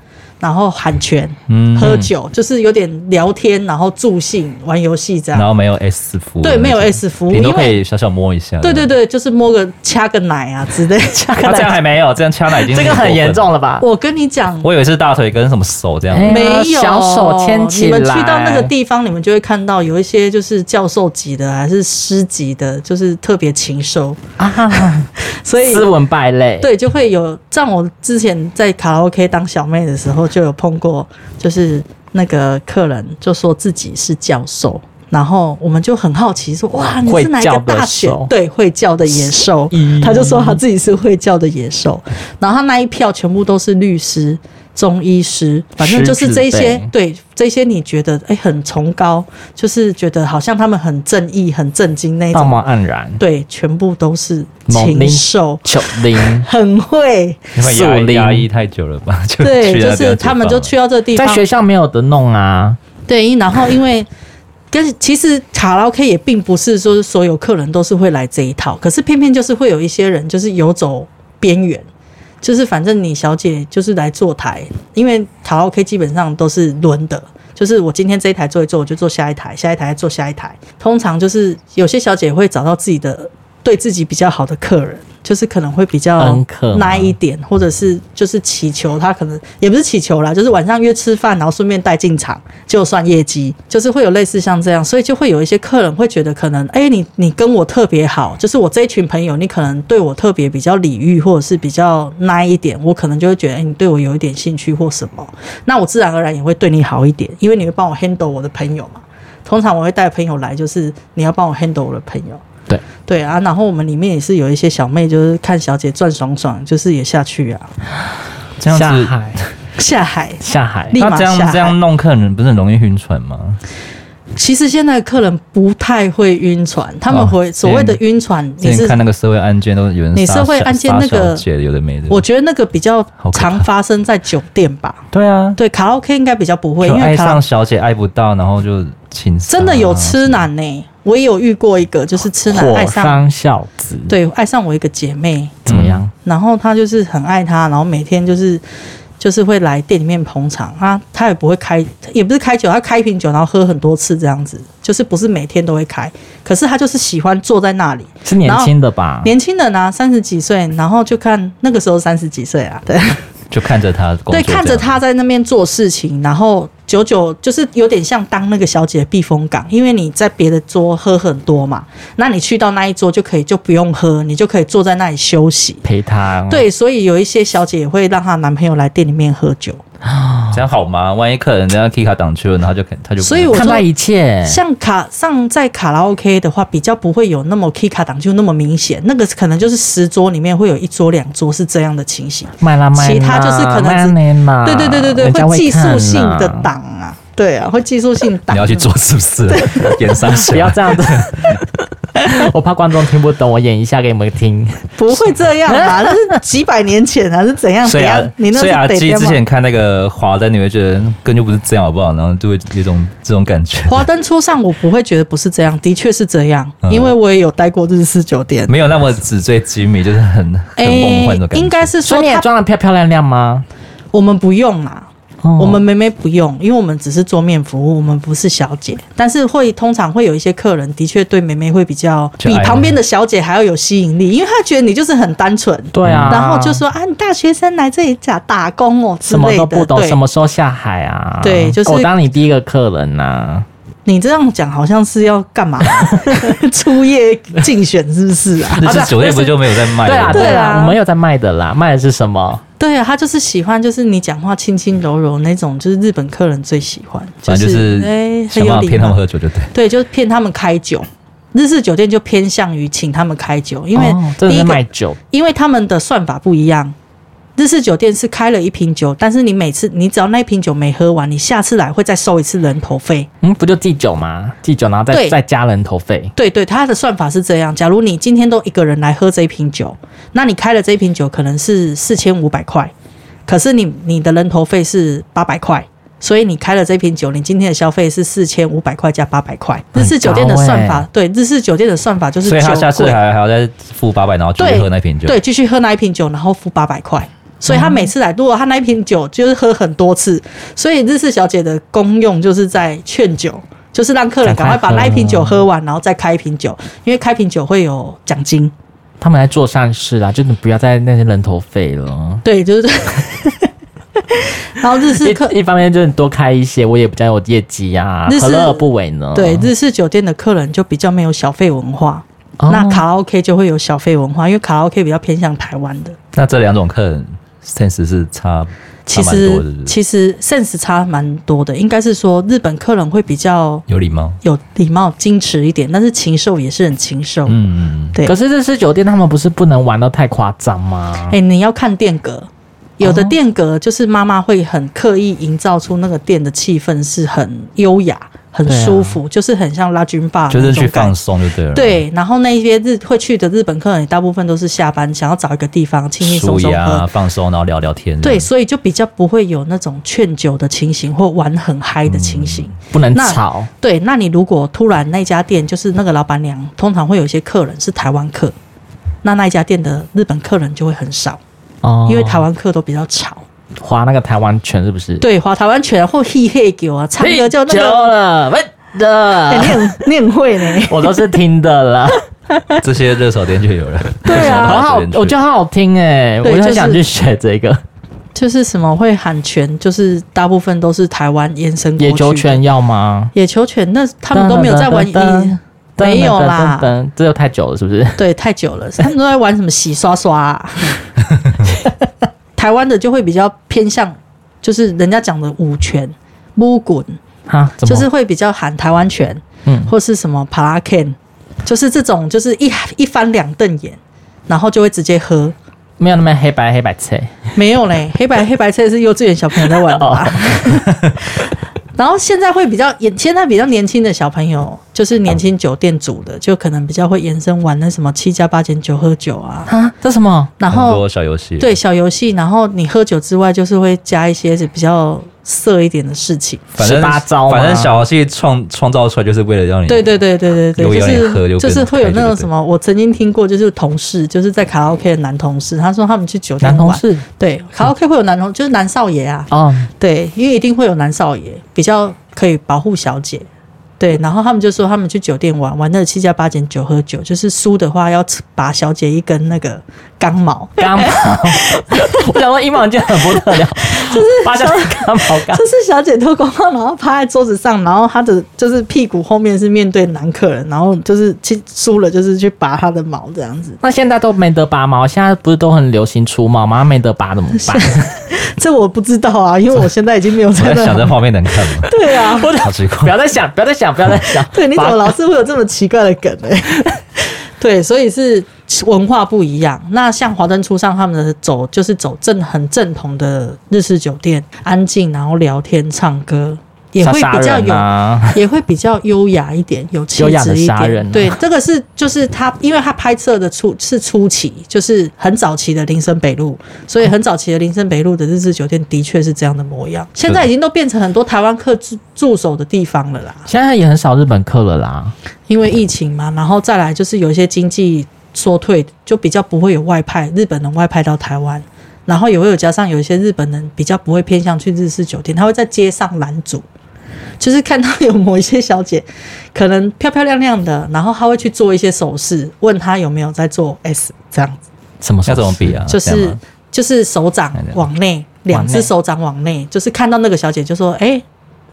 [SPEAKER 1] 然后喊拳、
[SPEAKER 2] 嗯
[SPEAKER 1] 喝酒，就是有点聊天，然后助兴、玩游戏这
[SPEAKER 2] 然
[SPEAKER 1] 样。
[SPEAKER 2] 后没有 S 服务的那
[SPEAKER 1] 对，
[SPEAKER 2] 种，
[SPEAKER 1] 没有 S 服务，
[SPEAKER 2] 顶
[SPEAKER 1] 因
[SPEAKER 2] 多可
[SPEAKER 1] 为
[SPEAKER 2] 以小小摸一下。
[SPEAKER 1] 对对对，就是摸个掐个奶啊之类，掐个
[SPEAKER 2] 啊，这样
[SPEAKER 1] 奶。
[SPEAKER 2] 还没有，这样掐奶已经
[SPEAKER 3] 这个
[SPEAKER 2] 过
[SPEAKER 3] 很
[SPEAKER 2] 分
[SPEAKER 3] 严。重了吧？
[SPEAKER 1] 我跟你讲，
[SPEAKER 2] 我以为是大腿跟什么手这样，
[SPEAKER 3] 哎
[SPEAKER 1] 没有
[SPEAKER 3] 小手牵起来
[SPEAKER 1] 你们去到那个地方，你们就会看到有一些就是教授级的啊还是师级的，就是特别禽兽，
[SPEAKER 3] 啊，
[SPEAKER 1] 所以
[SPEAKER 3] 斯文败类。
[SPEAKER 1] 对就会有。像我之前在卡拉 OK 当小妹的时候，就有碰过，就是那个客人就说自己是教授。然后我们就很好奇说，哇，你
[SPEAKER 3] 会
[SPEAKER 1] 是哪一个
[SPEAKER 3] 叫的
[SPEAKER 1] 大学
[SPEAKER 3] 兽？
[SPEAKER 1] 对，会叫的野兽，他就说他
[SPEAKER 3] 嗯
[SPEAKER 1] 自己是会叫的野兽。然后他那一票全部都是律师、中医师，反正就是这一
[SPEAKER 3] 狮
[SPEAKER 1] 些
[SPEAKER 3] 子辈
[SPEAKER 1] 对这些你觉得哎、很崇高，就是觉得好像他们很正义、很正经那一
[SPEAKER 3] 道
[SPEAKER 1] 种，
[SPEAKER 3] 貌岸然，
[SPEAKER 1] 对，全部都是
[SPEAKER 3] 猛
[SPEAKER 1] 禽
[SPEAKER 3] 灵
[SPEAKER 1] 兽，
[SPEAKER 3] 九零
[SPEAKER 1] 很会，
[SPEAKER 2] 因为
[SPEAKER 3] 树
[SPEAKER 2] 压抑
[SPEAKER 3] 林
[SPEAKER 2] 压抑太久了吧？ 就
[SPEAKER 1] 对，
[SPEAKER 2] 去那
[SPEAKER 1] 就
[SPEAKER 2] 边
[SPEAKER 1] 是
[SPEAKER 2] 解
[SPEAKER 1] 他们
[SPEAKER 2] 放
[SPEAKER 1] 就
[SPEAKER 2] 了
[SPEAKER 1] 去到这个地
[SPEAKER 3] 在
[SPEAKER 1] 方，
[SPEAKER 3] 学校没有得弄啊，
[SPEAKER 1] 对，然后因为。跟其实卡拉 OK 也并不是说所有客人都是会来这一套，可是偏偏就是会有一些人就是游走边缘，就是反正你小姐就是来坐台，因为卡拉 OK 基本上都是轮的，就是我今天这一台做一做，我就做下一台，下一台再做下一台。通常就是有些小姐会找到自己的对自己比较好的客人，就是可能会比较
[SPEAKER 3] 恩客吗
[SPEAKER 1] 耐一点，或者是就是祈求他可能也不是祈求啦，就是晚上约吃饭，然后顺便带进场，就算业绩，就是会有类似像这样，所以就会有一些客人会觉得可能，哎、你你跟我特别好，就是我这一群朋友，你可能对我特别比较礼遇，或者是比较耐一点，我可能就会觉得，哎、你对我有一点兴趣或什么，那我自然而然也会对你好一点，因为你会帮我 handle 我的朋友嘛。通常我会带朋友来，就是你要帮我 handle 我的朋友。
[SPEAKER 3] 对
[SPEAKER 1] 对啊，然后我们里面也是有一些小妹，就是看小姐赚爽爽，就是也下去啊，
[SPEAKER 2] 这样
[SPEAKER 3] 下
[SPEAKER 2] 子
[SPEAKER 3] 海
[SPEAKER 1] 下海。
[SPEAKER 3] 下海
[SPEAKER 1] 立马
[SPEAKER 2] 那这样
[SPEAKER 1] 下海
[SPEAKER 2] 这样弄客人不是很容易晕船吗？
[SPEAKER 1] 其实现在客人不太会晕船，他们
[SPEAKER 2] 哦
[SPEAKER 1] 会所谓的
[SPEAKER 2] 之
[SPEAKER 1] 晕船，
[SPEAKER 2] 之
[SPEAKER 1] 你
[SPEAKER 2] 前
[SPEAKER 1] 是
[SPEAKER 2] 看那个社会案件都有人
[SPEAKER 1] 你
[SPEAKER 2] 杀
[SPEAKER 1] 社会
[SPEAKER 2] 小
[SPEAKER 1] 案件
[SPEAKER 2] 杀
[SPEAKER 1] 那个
[SPEAKER 2] 小姐有的没的，
[SPEAKER 1] 我觉得那个比较
[SPEAKER 2] 好可怕
[SPEAKER 1] 常发生在酒店吧。
[SPEAKER 2] 对啊，
[SPEAKER 1] 对，卡拉 OK 应该比较不会，因
[SPEAKER 2] 就爱
[SPEAKER 1] 为卡
[SPEAKER 2] 上
[SPEAKER 1] 拉
[SPEAKER 2] 小姐爱不到，然后就情
[SPEAKER 1] 真的有痴男呢、我也有遇过一个，就是痴男爱
[SPEAKER 3] 火
[SPEAKER 1] 上，
[SPEAKER 3] 伤孝子，
[SPEAKER 1] 对，爱上我一个姐妹，
[SPEAKER 3] 怎么样？
[SPEAKER 1] 然后他就是很爱她，然后每天就是就是会来店里面捧场啊，他也不会开，也不是开酒，他开一瓶酒然后喝很多次这样子，就是不是每天都会开，可是他就是喜欢坐在那里，
[SPEAKER 3] 是年轻的吧？
[SPEAKER 1] 年轻人啊，三十几岁，然后就看那个时候三十几岁啊，对
[SPEAKER 2] 就看着她工作
[SPEAKER 1] 对，
[SPEAKER 2] 这样
[SPEAKER 1] 看着他在那边做事情，然后久久就是有点像当那个小姐的避风港，因为你在别的桌喝很多嘛，那你去到那一桌就可以就不用喝，你就可以坐在那里休息。
[SPEAKER 3] 陪他，，
[SPEAKER 2] 嗯
[SPEAKER 1] 对，所以有一些小姐也会让她男朋友来店里面喝酒。
[SPEAKER 2] 这样好吗？万一客人这样 K 卡挡去了，然后就肯他就不
[SPEAKER 1] 所以我
[SPEAKER 3] 看
[SPEAKER 1] 说
[SPEAKER 3] 待一切，
[SPEAKER 2] 哎
[SPEAKER 1] 像卡上在卡拉 OK 的话，比较不会有那么 K 卡档就那么明显，那个可能就是十桌里面会有一桌两桌是这样的情形。
[SPEAKER 3] 卖啦卖啦，
[SPEAKER 1] 其他就是可能只
[SPEAKER 3] 卖啦卖啦
[SPEAKER 1] 对对对对对，
[SPEAKER 3] 人家
[SPEAKER 1] 会技术
[SPEAKER 3] 看啦
[SPEAKER 1] 性的档啊，对啊，会技术性档。
[SPEAKER 2] 你要去做是不是？ 演上
[SPEAKER 3] 不要
[SPEAKER 2] 下，
[SPEAKER 3] 这样子， 我怕观众听不懂，我演一下给你们听。
[SPEAKER 1] 不会这样啊，那是几百年前啊，是怎 样
[SPEAKER 2] 所
[SPEAKER 1] 怎
[SPEAKER 2] 以啊
[SPEAKER 1] 样？你，那
[SPEAKER 2] 所以阿
[SPEAKER 1] 是北
[SPEAKER 2] 基
[SPEAKER 1] 边
[SPEAKER 2] 之
[SPEAKER 1] 吗？
[SPEAKER 2] 前看那个华灯，你会觉得根本就不是这样好不好？然后就会有一种这种感觉。
[SPEAKER 1] 华灯初上，我不会觉得不是这样，的确是这样，
[SPEAKER 2] 嗯
[SPEAKER 1] 因为我也有待过日式酒店。
[SPEAKER 2] 没有那么纸醉金迷，就是很嗯很梦幻的感觉。
[SPEAKER 1] 哎应该是
[SPEAKER 3] 所以
[SPEAKER 1] 说
[SPEAKER 3] 你也
[SPEAKER 1] 它
[SPEAKER 3] 装的漂漂亮亮吗？
[SPEAKER 1] 我们不用啦，
[SPEAKER 3] 哦
[SPEAKER 1] 我们妹妹不用，因为我们只是桌面服务，我们不是小姐。但是会通常会有一些客人的确对妹妹会比较
[SPEAKER 2] 就
[SPEAKER 1] 比
[SPEAKER 2] 爱
[SPEAKER 1] 旁边的小姐还要有吸引力，因为她觉得你就是很单纯，
[SPEAKER 3] 对啊，
[SPEAKER 1] 然后就说啊，你大学生来这里假打工哦之
[SPEAKER 3] 什么
[SPEAKER 1] 类
[SPEAKER 3] 都
[SPEAKER 1] 的，
[SPEAKER 3] 不懂，
[SPEAKER 1] 对
[SPEAKER 3] 什么时候下海啊？
[SPEAKER 1] 对就是
[SPEAKER 3] 我当你第一个客人呐、啊。
[SPEAKER 1] 你这样讲好像是要干嘛？ 初夜竞选是不是啊？
[SPEAKER 2] 日式酒店不就没有在卖？
[SPEAKER 3] 对啊，
[SPEAKER 1] 对
[SPEAKER 3] 对
[SPEAKER 1] 啊
[SPEAKER 3] 啊，我们有在卖的啦，卖的是什么？
[SPEAKER 1] 对啊，他就是喜欢，就是你讲话轻轻柔柔那种，就是日本客人最喜欢，
[SPEAKER 2] 反正就是
[SPEAKER 1] 哎，很
[SPEAKER 2] 想
[SPEAKER 1] 有
[SPEAKER 2] 办法
[SPEAKER 1] 礼
[SPEAKER 2] 骗他们
[SPEAKER 1] 貌。
[SPEAKER 2] 喝酒就对。
[SPEAKER 1] 对，就是骗他们开酒。日式酒店就偏向于请他们开酒，因为
[SPEAKER 3] 哦真的
[SPEAKER 1] 第一
[SPEAKER 3] 是
[SPEAKER 1] 个，
[SPEAKER 3] 卖酒，
[SPEAKER 1] 因为他们的算法不一样。日式酒店是开了一瓶酒，但是你每次你只要那一瓶酒没喝完，你下次来会再收一次人头费。
[SPEAKER 3] 嗯，不就祭酒吗？祭酒，然后再
[SPEAKER 1] 对
[SPEAKER 3] 再加人头费。
[SPEAKER 1] 对对，它的算法是这样：假如你今天都一个人来喝这一瓶酒，那你开了这一瓶酒可能是四千五百块，可是你你的人头费是八百块，所以你开了这瓶酒，你今天的消费是四千五百块加八百块。日式酒店的算法，
[SPEAKER 3] 很
[SPEAKER 1] 对日式酒店的算法就是
[SPEAKER 2] 欸所以他
[SPEAKER 1] 酒
[SPEAKER 2] 下次
[SPEAKER 1] 贵
[SPEAKER 2] 还还要再付八百，然后继续
[SPEAKER 1] 对
[SPEAKER 2] 喝那瓶酒。
[SPEAKER 1] 对，继续喝那一瓶酒，然后付八百块。所以他每次来，如果他那一瓶酒就是喝很多次，所以日式小姐的功用就是在劝酒，就是让客人赶快把那一瓶酒喝完，然后再开一瓶酒，因为开瓶酒会有奖 金。
[SPEAKER 3] 他们来做善事啦，就是不要再那些人头费了。
[SPEAKER 1] 对，就是。然后日式客
[SPEAKER 3] 一一方面就是多开一些，我也比较有业绩啊
[SPEAKER 1] 日，式
[SPEAKER 3] 何乐而不为呢？
[SPEAKER 1] 对日式酒店的客人就比较没有小费文化，
[SPEAKER 3] 哦
[SPEAKER 1] 那卡拉 OK 就会有小费文化，因为卡拉 OK 比较偏向台湾的。
[SPEAKER 2] 那这两种客人 sense 是差
[SPEAKER 1] 其
[SPEAKER 2] 差蛮多
[SPEAKER 1] 实
[SPEAKER 2] 的是不是，
[SPEAKER 1] 其实 sense 差蛮多的，应该是说日本客人会比较
[SPEAKER 2] 有礼貌。
[SPEAKER 1] 有礼貌、矜持一点，但是禽兽也是很禽兽。
[SPEAKER 2] 嗯，嗯
[SPEAKER 1] 对
[SPEAKER 3] 可是日式酒店他们不是不能玩的太夸张吗
[SPEAKER 1] 哎、？你要看店格，有的
[SPEAKER 3] 哦
[SPEAKER 1] 店格就是妈妈会很刻意营造出那个店的气氛是很优雅、很
[SPEAKER 3] 对啊
[SPEAKER 1] 舒服，就是很像拉军霸
[SPEAKER 2] 嗯，就是去
[SPEAKER 1] 感
[SPEAKER 2] 放松就对了。，
[SPEAKER 1] 啊对，然后那些日会去的日本客人，也大部分都是下班想要找一个地方轻轻松
[SPEAKER 2] 舒
[SPEAKER 1] 松
[SPEAKER 2] 压、
[SPEAKER 1] 喝。
[SPEAKER 2] 放松，然后聊聊天。
[SPEAKER 1] 对，，所以就比较不会有那种劝酒的情形或玩很嗨的情形。
[SPEAKER 3] 不能
[SPEAKER 1] 那
[SPEAKER 3] 吵，
[SPEAKER 1] 对，那你如果突然那家店就是那个老板娘，通常会有一些客人是台湾客，那那一家店的日本客人就会很少，
[SPEAKER 3] 哦
[SPEAKER 1] 因为台湾客都比较吵。
[SPEAKER 3] 划那个台湾拳是不是？
[SPEAKER 1] 对，划台湾拳或嘿嘿给我啊，唱歌就那
[SPEAKER 3] 久
[SPEAKER 1] 个，
[SPEAKER 3] 了，喂
[SPEAKER 1] 哎
[SPEAKER 3] 的，
[SPEAKER 1] 你很你很会呢。
[SPEAKER 3] 我都是听的啦。
[SPEAKER 2] 这些热炒店就有了。
[SPEAKER 3] 对啊，
[SPEAKER 2] 到
[SPEAKER 3] 很好
[SPEAKER 2] 这边，去
[SPEAKER 3] 我觉得很好听哎、我
[SPEAKER 1] 对
[SPEAKER 3] 就
[SPEAKER 1] 就
[SPEAKER 3] 很
[SPEAKER 1] 是
[SPEAKER 3] 想去学这个
[SPEAKER 1] 就是什么会喊拳，就是大部分都是台湾延伸过
[SPEAKER 3] 野
[SPEAKER 1] 去
[SPEAKER 3] 球
[SPEAKER 1] 的
[SPEAKER 3] 拳，要吗？
[SPEAKER 1] 野球拳，那他们都没有在玩
[SPEAKER 3] 噔
[SPEAKER 1] 野，没有啦
[SPEAKER 3] 噔噔噔噔这又太久了，是不是？
[SPEAKER 1] 对，太久了， 他们都在玩什么洗刷刷、啊。 台湾的就会比较偏向，就是人家讲的五拳、木滚，
[SPEAKER 3] 哈，怎么
[SPEAKER 1] 就是会比较喊台湾拳
[SPEAKER 3] 嗯，
[SPEAKER 1] 或是什么帕拉 can，就是这种，就是一一翻两瞪眼，然后就会直接喝。
[SPEAKER 3] 没有那么黑白黑白切，
[SPEAKER 1] 没有 嘞，黑白黑白菜是幼稚园小朋友在玩的吧？
[SPEAKER 3] 哦
[SPEAKER 1] 然后现在会比较也，现在比较年轻的小朋友，就是年轻酒店组的，就可能比较会延伸玩那什么七加八减九喝酒啊，
[SPEAKER 3] 哈，这什么？
[SPEAKER 1] 然
[SPEAKER 2] 很
[SPEAKER 1] 后
[SPEAKER 2] 多小游戏，
[SPEAKER 1] 对小游戏，然后你喝酒之外，就是会加一些比较色一点的事情。
[SPEAKER 2] 反正
[SPEAKER 3] 18招吗
[SPEAKER 2] 反正小游戏创创造出来就是为了让你
[SPEAKER 1] 对对对对对
[SPEAKER 2] 有
[SPEAKER 1] 对，
[SPEAKER 2] 有点喝
[SPEAKER 1] 是
[SPEAKER 2] 就
[SPEAKER 1] 就是
[SPEAKER 2] 更
[SPEAKER 1] 会有
[SPEAKER 2] 开
[SPEAKER 1] 那
[SPEAKER 2] 就
[SPEAKER 1] 种
[SPEAKER 2] 对
[SPEAKER 1] 什么，我曾经听过，就是同事就是在卡拉 OK 的男同事，他说他们去酒店
[SPEAKER 3] 男同
[SPEAKER 1] 玩
[SPEAKER 3] 事
[SPEAKER 1] 对卡拉 OK 会有男同，就是男少爷啊，
[SPEAKER 3] 哦，
[SPEAKER 1] 对，因为一定会有男少爷比较可以保护小姐。对，然后他们就说他们去酒店玩，玩那个七加八减九喝酒，就是输的话要吃拔小姐一根那个钢毛，
[SPEAKER 3] 刚毛， 我想说一毛就很不得了，就是八角刚毛 刚
[SPEAKER 1] 就是小姐脱光光，然后趴在桌子上，然后她的就是屁股后面是面对男客人，然后就是去输了就是去拔她的毛这样子。
[SPEAKER 3] 那现在都没得拔毛，现在不是都很流行除毛吗？没得拔怎么 办？
[SPEAKER 1] 啊这我不知道啊，因为我现在已经没有在
[SPEAKER 2] 我在
[SPEAKER 1] 那
[SPEAKER 2] 想 这。画面能看吗？
[SPEAKER 1] 对啊，
[SPEAKER 2] 好奇
[SPEAKER 3] 不
[SPEAKER 2] 怪，
[SPEAKER 3] 要再想，不要再想，不要再想。
[SPEAKER 1] 对，你怎
[SPEAKER 3] 拔
[SPEAKER 1] 么老是会有这么奇怪的梗 呢、对，所以是文化不一样。那像华灯初上，他们的走就是走正很正统的日式酒店，安静，然后聊天、唱歌，也会
[SPEAKER 3] 杀
[SPEAKER 1] 比较
[SPEAKER 3] 人
[SPEAKER 1] 有，
[SPEAKER 3] 啊？
[SPEAKER 1] 也会比较优雅一点，有气
[SPEAKER 3] 优雅地
[SPEAKER 1] 质一
[SPEAKER 3] 杀
[SPEAKER 1] 点。
[SPEAKER 3] 人啊
[SPEAKER 1] 对，这个是就是他，因为他拍摄的初是初期，就是很早期的林森北路，所以很早期的林森北路的日式酒店的确是这样的模样。现在已经都变成很多台湾客驻驻守的地方了啦。
[SPEAKER 3] 现在也很少日本客了啦。
[SPEAKER 1] 因为疫情嘛，然后再来就是有一些经济缩退，就比较不会有外派，日本人外派到台湾，然后也会有加上有一些日本人比较不会偏向去日式酒店，他会在街上拦阻， 就是看到有某一些小姐可能漂漂亮亮的，然后她会去做一些手势，问她有没有在做 S 这样子，
[SPEAKER 3] 什么时
[SPEAKER 2] 要
[SPEAKER 3] 候
[SPEAKER 2] 怎么比啊？
[SPEAKER 1] 就
[SPEAKER 2] 这样
[SPEAKER 1] 是
[SPEAKER 2] 吗哎
[SPEAKER 1] 就是手掌往内，两只手掌往内，就是看到那个小姐就说，哎、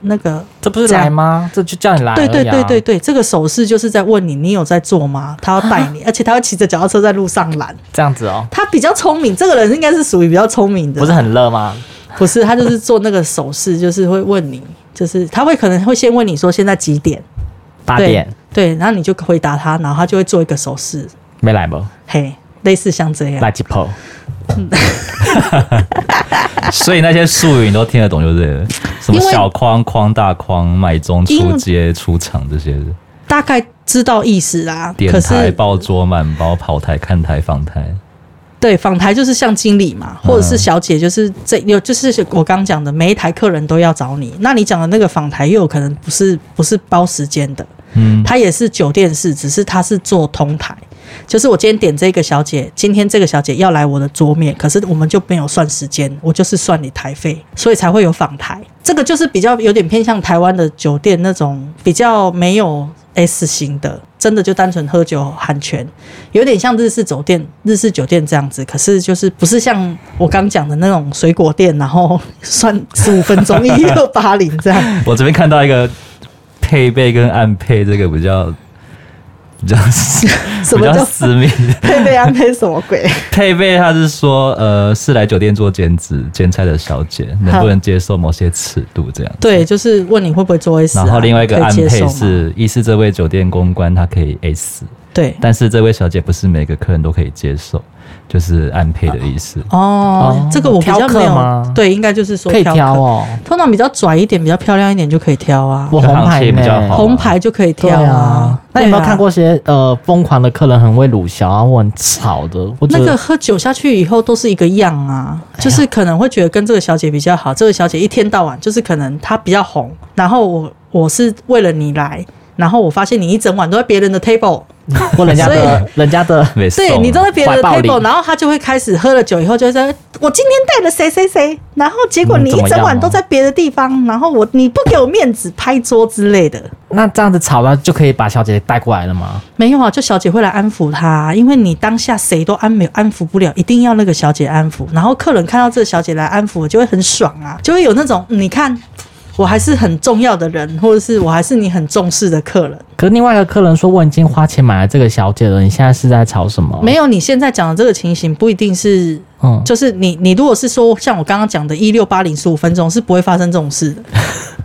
[SPEAKER 1] 那个
[SPEAKER 3] 这不是
[SPEAKER 1] 这样
[SPEAKER 3] 来吗？这就叫你来、而
[SPEAKER 1] 对对
[SPEAKER 3] 已啊
[SPEAKER 1] 对对，对，这个手势就是在问你，你有在做吗？他要带 你，而且他会骑着脚踏车在路上拦。
[SPEAKER 3] 这样子哦，
[SPEAKER 1] 他比较聪明，这个人应该是属于比较聪明的，
[SPEAKER 3] 不是很热吗？
[SPEAKER 1] 不是，他就是做那个手势，就是会问你，就是他会可能会先问你说现在几点，
[SPEAKER 3] 八
[SPEAKER 1] 对
[SPEAKER 3] 点
[SPEAKER 1] 对，然后你就回答他，然后他就会做一个手势，
[SPEAKER 3] 没来吧？
[SPEAKER 1] 嘿，类似像这样，
[SPEAKER 3] 来几泡？
[SPEAKER 2] 所以那些术语你都听得懂，就对了。什
[SPEAKER 1] 因
[SPEAKER 2] 么
[SPEAKER 1] 为
[SPEAKER 2] 小框、框大框、买中、
[SPEAKER 1] 因为
[SPEAKER 2] 出街、出场这些的，
[SPEAKER 1] 大概知道意思啦。
[SPEAKER 2] 点
[SPEAKER 1] 可
[SPEAKER 2] 台、
[SPEAKER 1] 是
[SPEAKER 2] 报桌、满包、跑台、看台、访台，
[SPEAKER 1] 对访台就是像经理嘛，或者是小姐，就是这有就是我刚讲的，每一台客人都要找你。那你讲的那个访台，又有可能不是不是包时间的，
[SPEAKER 2] 嗯，
[SPEAKER 1] 它也是酒店式，只是它是做通台。就是我今天点这个小姐，今天这个小姐要来我的桌面，可是我们就没有算时间，我就是算你台费，所以才会有访台。这个就是比较有点偏向台湾的酒店那种比较没有 S 型的，真的就单纯喝酒喊拳，有点像日式酒店、日式酒店这样子。可是就是不是像我刚讲的那种水果店，然后算十五分钟一六八零这 样。
[SPEAKER 2] 我这边看到一个配备跟暗配，这个比较比较
[SPEAKER 1] 什
[SPEAKER 2] 比
[SPEAKER 1] 么
[SPEAKER 2] 较
[SPEAKER 1] 叫
[SPEAKER 2] 私密。
[SPEAKER 1] 配备安排什么鬼？
[SPEAKER 2] 配备他是说，呃，是来酒店做兼职兼差的小姐，能不能接受某些尺度这样？
[SPEAKER 1] 对，就是问你会不会做 S，、啊、
[SPEAKER 2] 然后另外一个
[SPEAKER 1] 可以
[SPEAKER 2] 暗
[SPEAKER 1] 接受
[SPEAKER 2] 配
[SPEAKER 1] 吗，
[SPEAKER 2] 是，一是这位酒店公关她可以 S，
[SPEAKER 1] 对
[SPEAKER 2] 但是这位小姐不是每个客人都可以接受，就是暗配的意思。
[SPEAKER 1] 哦
[SPEAKER 3] 哦，
[SPEAKER 1] 这个我比较
[SPEAKER 3] 挑客
[SPEAKER 1] 没有
[SPEAKER 3] 吗，
[SPEAKER 1] 对，应该就是说
[SPEAKER 3] 可以
[SPEAKER 1] 客
[SPEAKER 3] 挑，哦，
[SPEAKER 1] 通常比较拽一点、比较漂亮一点就可以挑啊，
[SPEAKER 3] 我红牌
[SPEAKER 2] 行情比较好
[SPEAKER 3] 呢。
[SPEAKER 1] 红牌就可以
[SPEAKER 3] 对
[SPEAKER 1] 挑
[SPEAKER 3] 啊，那你有没有
[SPEAKER 1] 对啊
[SPEAKER 3] 看过些呃疯狂的客人很会鲁小啊，我很吵的，我觉
[SPEAKER 1] 那个
[SPEAKER 3] 得
[SPEAKER 1] 喝酒下去以后都是一个样啊，
[SPEAKER 3] 哎
[SPEAKER 1] 就是可能会觉得跟这个小姐比较好，这个小姐一天到晚就是可能她比较红，然后我我是为了你来，然后我发现你一整晚都在别人的 table，
[SPEAKER 3] 或人家
[SPEAKER 1] 所
[SPEAKER 3] 的人家 的
[SPEAKER 2] 被
[SPEAKER 1] 对
[SPEAKER 2] 送
[SPEAKER 1] 你都 在别人的
[SPEAKER 3] 怀抱里
[SPEAKER 1] table，然后他就会开始喝了酒以后就会说：“我今天带了谁谁谁，然后结果
[SPEAKER 2] 嗯
[SPEAKER 1] 你
[SPEAKER 2] 怎
[SPEAKER 1] 一
[SPEAKER 2] 么
[SPEAKER 1] 整晚
[SPEAKER 2] 样哦
[SPEAKER 1] 都在别的地方，然后我你不给我面子，拍桌之类的。”
[SPEAKER 3] 那这样子吵完就可以把小姐带过来了吗？
[SPEAKER 1] 没有啊，就小姐会来安抚他，因为你当下谁都安没安抚不了，一定要那个小姐安抚。然后客人看到这个小姐来安抚，就会很爽啊，就会有那种嗯你看我还是很重要的人，或者是我还是你很重视的客人。
[SPEAKER 3] 可是另外一个客人说我已经花钱买了这个小姐了，你现在是在吵什么？
[SPEAKER 1] 没有你现在讲的这个情形，不一定是。
[SPEAKER 3] 嗯，
[SPEAKER 1] 就是你，你如果是说像我刚刚讲的，一六八零十五分钟是不会发生这种 事的，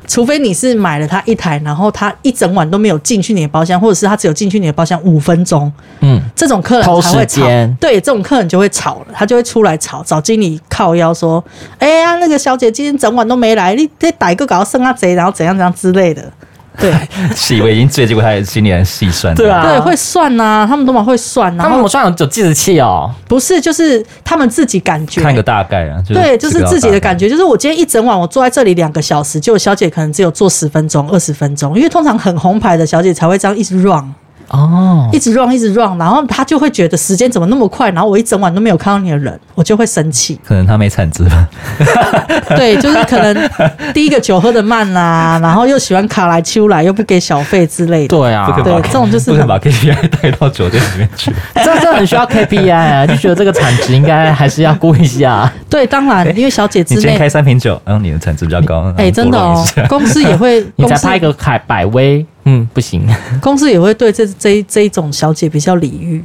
[SPEAKER 1] 除非你是买了他一台，然后他一整晚都没有进去你的包厢，或者是他只有进去你的包厢五分钟，
[SPEAKER 3] 嗯，
[SPEAKER 1] 这种客人才
[SPEAKER 3] 偷
[SPEAKER 1] 会
[SPEAKER 3] 时
[SPEAKER 1] 吵
[SPEAKER 3] 间，
[SPEAKER 1] 对，这种客人就会吵了，他就会出来吵，找经理靠腰说：“哎、呀，那个小姐今天整晚都没来，你这打一个搞到剩啊贼，然后怎样怎样之类 的。”对
[SPEAKER 2] 以为已经醉，结果他心里还细算。
[SPEAKER 3] 对 啊
[SPEAKER 1] 对，会算呐、他们都蛮会算、呐。
[SPEAKER 3] 他
[SPEAKER 1] 然
[SPEAKER 3] 们怎
[SPEAKER 1] 后
[SPEAKER 3] 么算有记得器哦？
[SPEAKER 1] 不是就是他们自己感觉，
[SPEAKER 2] 看个大概啊。
[SPEAKER 1] 对，就是自己的感
[SPEAKER 2] 觉。
[SPEAKER 1] 觉，就是我今天一整晚我坐在这里两个小时，就小姐可能只有坐十分钟、二十分钟，因为通常很红牌的小姐才会这样一直 run。
[SPEAKER 3] 哦，
[SPEAKER 1] 一直 run 一直 run，然后她就会觉得时间怎么那么快，然后我一整晚都没有看到你的人，我就会生气。
[SPEAKER 2] 可能他没产值吧，
[SPEAKER 1] 对，就是可能第一个酒喝的慢啦、然后又喜欢卡来秋来，又不给小费之类的。
[SPEAKER 3] 对啊
[SPEAKER 2] 不，可以把
[SPEAKER 1] 对这种就是
[SPEAKER 2] 不能把 KPI 带到酒店里面去。
[SPEAKER 3] 这这很 需要 KPI 啊，就觉得这个产值应该还是要顾 一下。
[SPEAKER 1] 对当然，因为小姐
[SPEAKER 2] 你
[SPEAKER 1] 之
[SPEAKER 2] 今天
[SPEAKER 1] 内
[SPEAKER 2] 开，三瓶酒，然后你的产值比较高，然后
[SPEAKER 1] 哎、真的
[SPEAKER 2] 多弄
[SPEAKER 1] 哦
[SPEAKER 2] 一下，
[SPEAKER 1] 公司也会，
[SPEAKER 3] 你
[SPEAKER 1] 公
[SPEAKER 3] 才
[SPEAKER 1] 司
[SPEAKER 3] 拍一个凯百威，嗯，不行，
[SPEAKER 1] 公司也会对这这这一种小姐比较礼遇，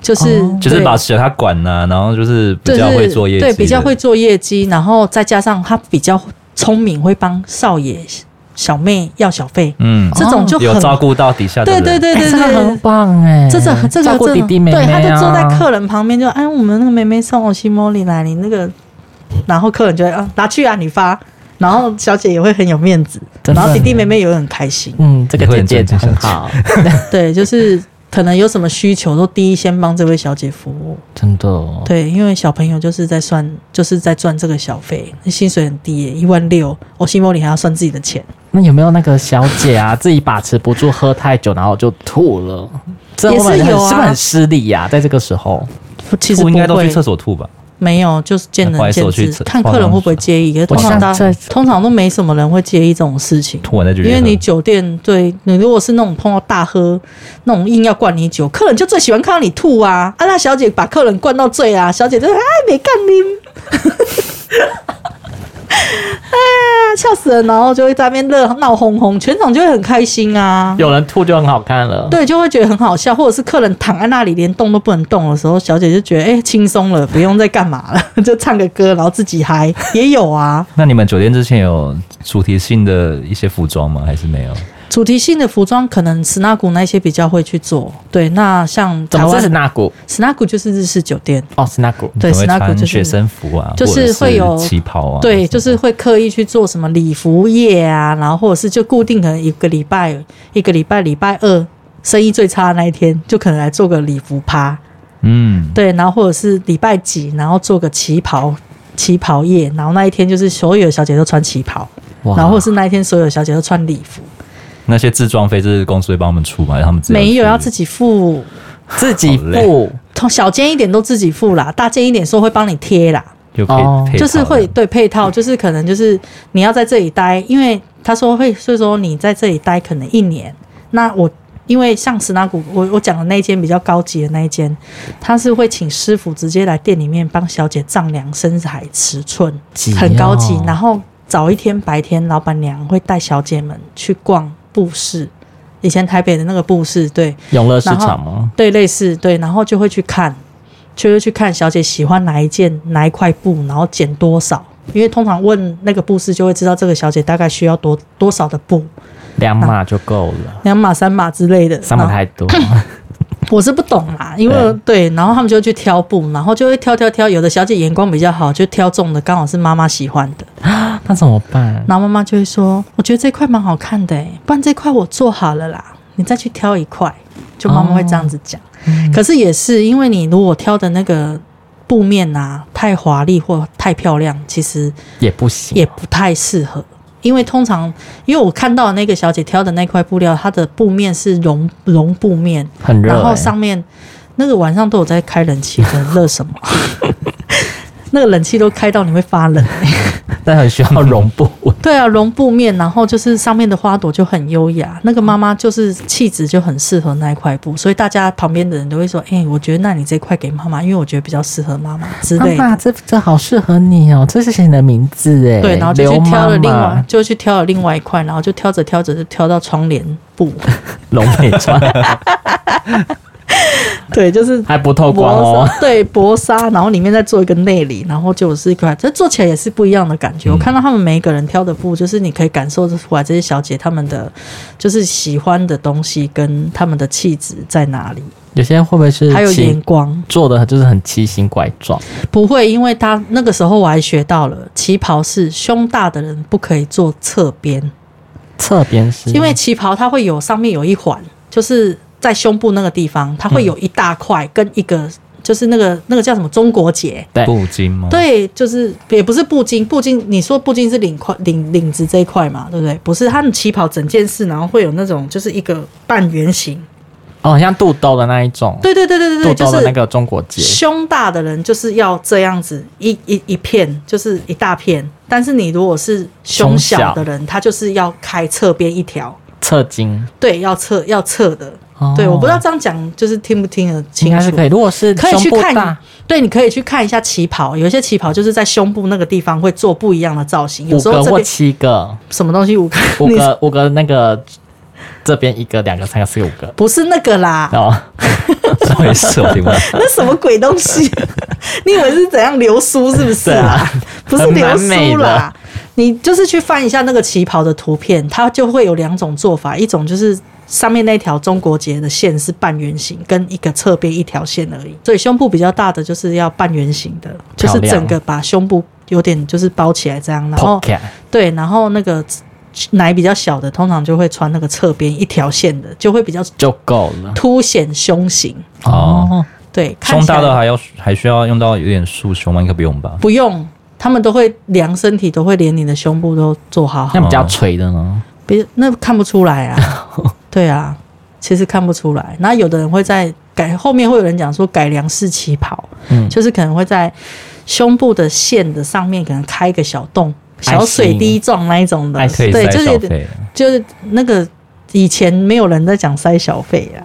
[SPEAKER 1] 就是、
[SPEAKER 2] 哦就是
[SPEAKER 1] 对
[SPEAKER 2] 把小他管呐、然后就是
[SPEAKER 1] 就
[SPEAKER 2] 比较
[SPEAKER 1] 是
[SPEAKER 2] 会做业绩的，
[SPEAKER 1] 对，比较会做业绩，然后再加上她比较聪明，会帮少爷小妹要小费，
[SPEAKER 2] 嗯，
[SPEAKER 1] 这种就很
[SPEAKER 2] 有照顾到底下的
[SPEAKER 1] 对
[SPEAKER 2] 人，
[SPEAKER 1] 对对对
[SPEAKER 3] 哎
[SPEAKER 1] 对
[SPEAKER 3] 这个
[SPEAKER 1] 对
[SPEAKER 3] 很。棒哎，
[SPEAKER 1] 这个这
[SPEAKER 3] 照
[SPEAKER 1] 个
[SPEAKER 3] 顾弟弟妹妹
[SPEAKER 1] 对，他
[SPEAKER 3] 啊，
[SPEAKER 1] 就坐在客人旁边，就哎，我们那个妹妹送我西莫里来，你那个，然后客人就会啊拿去啊，你发，然后小姐也会很有面子，
[SPEAKER 3] 真的，
[SPEAKER 1] 然后弟弟妹妹也会很开心
[SPEAKER 3] 嗯，这个
[SPEAKER 2] 你会很
[SPEAKER 3] 姐姐
[SPEAKER 2] 尊敬
[SPEAKER 3] 很
[SPEAKER 2] 小姐
[SPEAKER 3] 好，
[SPEAKER 1] 对，就是可能有什么需求都第一先帮这位小姐服务，
[SPEAKER 3] 真的哦，
[SPEAKER 1] 对，因为小朋友就是在算，就是在赚这个小费，薪水很低耶，一万六，哦我西莫里还要算自己的钱，
[SPEAKER 3] 那有没有那个小姐啊，自己把持不住，喝太酒然后就吐了？这
[SPEAKER 1] 也是
[SPEAKER 3] 会不会很
[SPEAKER 1] 有啊
[SPEAKER 3] 是不是很失礼呀、在这个时候，
[SPEAKER 1] 其实不
[SPEAKER 2] 吐应该都
[SPEAKER 1] 会
[SPEAKER 2] 去，厕所吐吧？
[SPEAKER 1] 没有，就是见
[SPEAKER 2] 不好
[SPEAKER 1] 仁
[SPEAKER 2] 意思
[SPEAKER 1] 见
[SPEAKER 2] 我去
[SPEAKER 1] 智，
[SPEAKER 2] 厕
[SPEAKER 1] 看客人会不会介意，可是通常大
[SPEAKER 3] 我想在
[SPEAKER 1] 通常都没什么人会介意这种事情。
[SPEAKER 2] 吐完再去。
[SPEAKER 1] 因为你酒店对你如果是那种碰到大喝，那种硬要灌你酒，客人就最喜欢看到你吐啊！啊，那小姐把客人灌到醉啊，小姐就哎没干你， 哎笑死人，然后就会在那边热闹哄哄，全场就会很开心啊。
[SPEAKER 3] 有人吐就很好看了。
[SPEAKER 1] 对，就会觉得很好笑，或者是客人躺在那里连动都不能动的时候，小姐就觉得哎轻松了，不用再干嘛了， 就唱个歌，然后自己嗨也有啊。
[SPEAKER 2] 那你们酒店之前有主题性的一些服装吗？还是没有？
[SPEAKER 1] 主题性的服装可能史纳古那些比较会去做，对。那像
[SPEAKER 3] 怎
[SPEAKER 1] 台
[SPEAKER 3] 么是
[SPEAKER 1] 湾
[SPEAKER 3] 史纳古？
[SPEAKER 1] 史纳古就是日式酒店，
[SPEAKER 3] 哦，史纳古。
[SPEAKER 1] 对
[SPEAKER 2] 你们会
[SPEAKER 1] Snack 就
[SPEAKER 2] 穿
[SPEAKER 1] 是
[SPEAKER 2] 学生服啊，
[SPEAKER 1] 就是
[SPEAKER 2] 或者
[SPEAKER 1] 会有
[SPEAKER 2] 旗袍啊，
[SPEAKER 1] 对，就是会刻意去做什么礼服业啊，然后或者是就固定可能一个礼拜一个礼拜礼拜二生意最差的那一天，就可能来做个礼服趴，
[SPEAKER 2] 嗯，
[SPEAKER 1] 对，然后或者是礼拜几，然后做个旗袍旗袍夜，然后那一天就是所有的小姐都穿旗袍，
[SPEAKER 3] 哇
[SPEAKER 1] 然后或者是那一天所有的小姐都穿礼服，
[SPEAKER 2] 那些自装费就是公司会帮我们出嘛，他们自己
[SPEAKER 1] 没有
[SPEAKER 2] 去
[SPEAKER 1] 要自己付，
[SPEAKER 3] 自己
[SPEAKER 2] 好累
[SPEAKER 3] 付，
[SPEAKER 1] 从小间一点都自己付啦，大间一点说会帮你贴啦。
[SPEAKER 2] 就配
[SPEAKER 3] 哦
[SPEAKER 2] 配
[SPEAKER 1] 就是
[SPEAKER 2] 套的
[SPEAKER 1] 会对配套，就是可能就是你要在这里待，因为他说会，所以说你在这里待可能一年。那我因为像史纳古，我我讲的那一间比较高级的那一间，他是会请师傅直接来店里面帮小姐丈量身材尺寸
[SPEAKER 3] 急，
[SPEAKER 2] 啊
[SPEAKER 3] 哦
[SPEAKER 1] 很高级。然后早一天白天，老板娘会带小姐们去逛布市，以前台北的那个布市，对，
[SPEAKER 3] 永乐市
[SPEAKER 1] 然后
[SPEAKER 3] 场吗？
[SPEAKER 1] 对，类似对，然后就会去看，就会去看小姐喜欢哪一件哪一块布，然后剪多少。因为通常问那个布师，就会知道这个小姐大概需要多多少的布，
[SPEAKER 3] 两码就够了，
[SPEAKER 1] 两码、三码之类的。
[SPEAKER 3] 三码
[SPEAKER 1] 然后
[SPEAKER 3] 太多。
[SPEAKER 1] 我是不懂啦，因为对，然后他们就去挑布，然后就会挑挑挑。有的小姐眼光比较好，就挑中的刚好是妈妈喜欢的，
[SPEAKER 3] 那怎么办？
[SPEAKER 1] 然后妈妈就会说：“我觉得这块蛮好看的、欸，不然这块我做好了啦，你再去挑一块。”就妈妈会这样子讲。可是也是因为你如果挑的那个布面啊太华丽或太漂亮，其实
[SPEAKER 3] 也不行，
[SPEAKER 1] 也不太适合。因为通常因为我看到的那个小姐挑的那块布料，它的布面是绒绒布面，
[SPEAKER 3] 很热、欸，
[SPEAKER 1] 然后上面那个晚上都有在开冷气，很热什么？ 那个冷气都开到你会发冷、欸。
[SPEAKER 3] 但很需要绒布，
[SPEAKER 1] 对啊，绒布面，然后就是上面的花朵就很优雅。那个妈妈就是气质就很适合那一块布，所以大家旁边的人都会说：“哎、我觉得那你这块给妈妈，因为我觉得比较适合妈妈之类的。
[SPEAKER 3] 妈妈，这这好适合你哦，这是写你的名字 哎，
[SPEAKER 1] 对，然后就去
[SPEAKER 3] 刘
[SPEAKER 1] 挑了
[SPEAKER 3] 妈
[SPEAKER 1] 另外，
[SPEAKER 3] 妈
[SPEAKER 1] 就去挑了另外一块，然后就挑着挑着就挑到窗帘布，
[SPEAKER 3] 龙美川，
[SPEAKER 1] 对，就是
[SPEAKER 3] 还不透光
[SPEAKER 1] 薄
[SPEAKER 3] 哦，
[SPEAKER 1] 纱，对薄纱，然后里面再做一个内里，然后就是一块，这做起来也是不一样的
[SPEAKER 3] 嗯
[SPEAKER 1] 感觉。我看到他们每一个人挑的布，就是你可以感受得出来这些小姐她们的就是喜欢的东西跟她们的气质在哪里，
[SPEAKER 3] 有些人会不会是
[SPEAKER 1] 还有眼
[SPEAKER 3] 奇
[SPEAKER 1] 光。
[SPEAKER 3] 做的就是很奇形怪状？
[SPEAKER 1] 不会，因为她那个时候我还学到了，旗袍是胸大的人不可以做侧
[SPEAKER 3] 嗯
[SPEAKER 1] 边，
[SPEAKER 3] 侧边是
[SPEAKER 1] 因为旗袍它会有上面有一环，就是在胸部那个地方，它会
[SPEAKER 3] 嗯
[SPEAKER 1] 有一大块跟一个。就是那个那个叫什么中国结，
[SPEAKER 3] 对
[SPEAKER 2] 布巾吗？，
[SPEAKER 1] 对，就是也不是布巾，布巾你说布巾是领块领领子这一块嘛，对不对？不是，它们旗袍整件事，然后会有那种就是一个半圆形。
[SPEAKER 3] 哦，很像肚兜的那一种，
[SPEAKER 1] 对对对对
[SPEAKER 3] 肚
[SPEAKER 1] 对对，
[SPEAKER 3] 兜的那
[SPEAKER 1] 就是
[SPEAKER 3] 个中国结，
[SPEAKER 1] 胸大的人就是要这样子一一一片，就是一大片。但是你如果是胸小的人，他就是要开侧边一条，
[SPEAKER 3] 侧巾。
[SPEAKER 1] 对，要侧要侧的。
[SPEAKER 3] 哦
[SPEAKER 1] 对，我不知道这样讲就是听不听得清楚。
[SPEAKER 3] 应该是可以。如果是
[SPEAKER 1] 可以
[SPEAKER 3] 胸
[SPEAKER 1] 去
[SPEAKER 3] 部
[SPEAKER 1] 看
[SPEAKER 3] 大，，
[SPEAKER 1] 对，你可以去看一下旗袍，有一些旗袍就是在胸部那个地方会做不一样的造型，有
[SPEAKER 3] 五
[SPEAKER 1] 时候
[SPEAKER 3] 个
[SPEAKER 1] 这
[SPEAKER 3] 或
[SPEAKER 1] 边
[SPEAKER 3] 七个，
[SPEAKER 1] 什么东西五个，
[SPEAKER 3] 五
[SPEAKER 1] 你
[SPEAKER 3] 个五个那个这边一个两个三个四个五个
[SPEAKER 1] 不是那个啦，
[SPEAKER 3] 哦，
[SPEAKER 2] 为什么？
[SPEAKER 1] 那什么鬼东西？ 你以为是怎样流苏是不是
[SPEAKER 3] 对
[SPEAKER 1] 啊
[SPEAKER 3] 啊？
[SPEAKER 1] 不是流
[SPEAKER 3] 很蛮美
[SPEAKER 1] 苏啦
[SPEAKER 3] 的，
[SPEAKER 1] 你就是去翻一下那个旗袍的图片，它就会有两种做法，一种就是。上面那条中国结的线是半圆形，跟一个侧边一条线而已。所以胸部比较大的就是要半圆形的，就是
[SPEAKER 3] 漂亮
[SPEAKER 1] 整个把胸部有点就是包起来这样，然后
[SPEAKER 3] p o
[SPEAKER 1] 对，然后那个奶比较小的，通常就会穿那个侧边一条线的，就会比较
[SPEAKER 3] 就够了
[SPEAKER 1] 凸显胸型。
[SPEAKER 2] 哦，
[SPEAKER 1] 对，看
[SPEAKER 2] 胸
[SPEAKER 1] 起
[SPEAKER 2] 大
[SPEAKER 1] 来
[SPEAKER 2] 的还要还需要用到有点束胸吗？应该不用吧？
[SPEAKER 1] 不用，他们都会量身体，都会连你的胸部都做好好
[SPEAKER 3] 那，比较垂的呢？
[SPEAKER 1] 别那看不出来 啊。对啊，其实看不出来。那有的人会在改后面会有人讲说改良式旗袍，
[SPEAKER 3] 嗯
[SPEAKER 1] 就是可能会在胸部的线的上面可能开一个小洞。小水滴状那一种的
[SPEAKER 3] 爱，
[SPEAKER 2] 可以
[SPEAKER 3] 心
[SPEAKER 1] 对，
[SPEAKER 2] 塞
[SPEAKER 1] 就是有
[SPEAKER 2] 小
[SPEAKER 1] 点
[SPEAKER 2] 费，
[SPEAKER 1] 就是那个以前没有人在讲塞小费啊，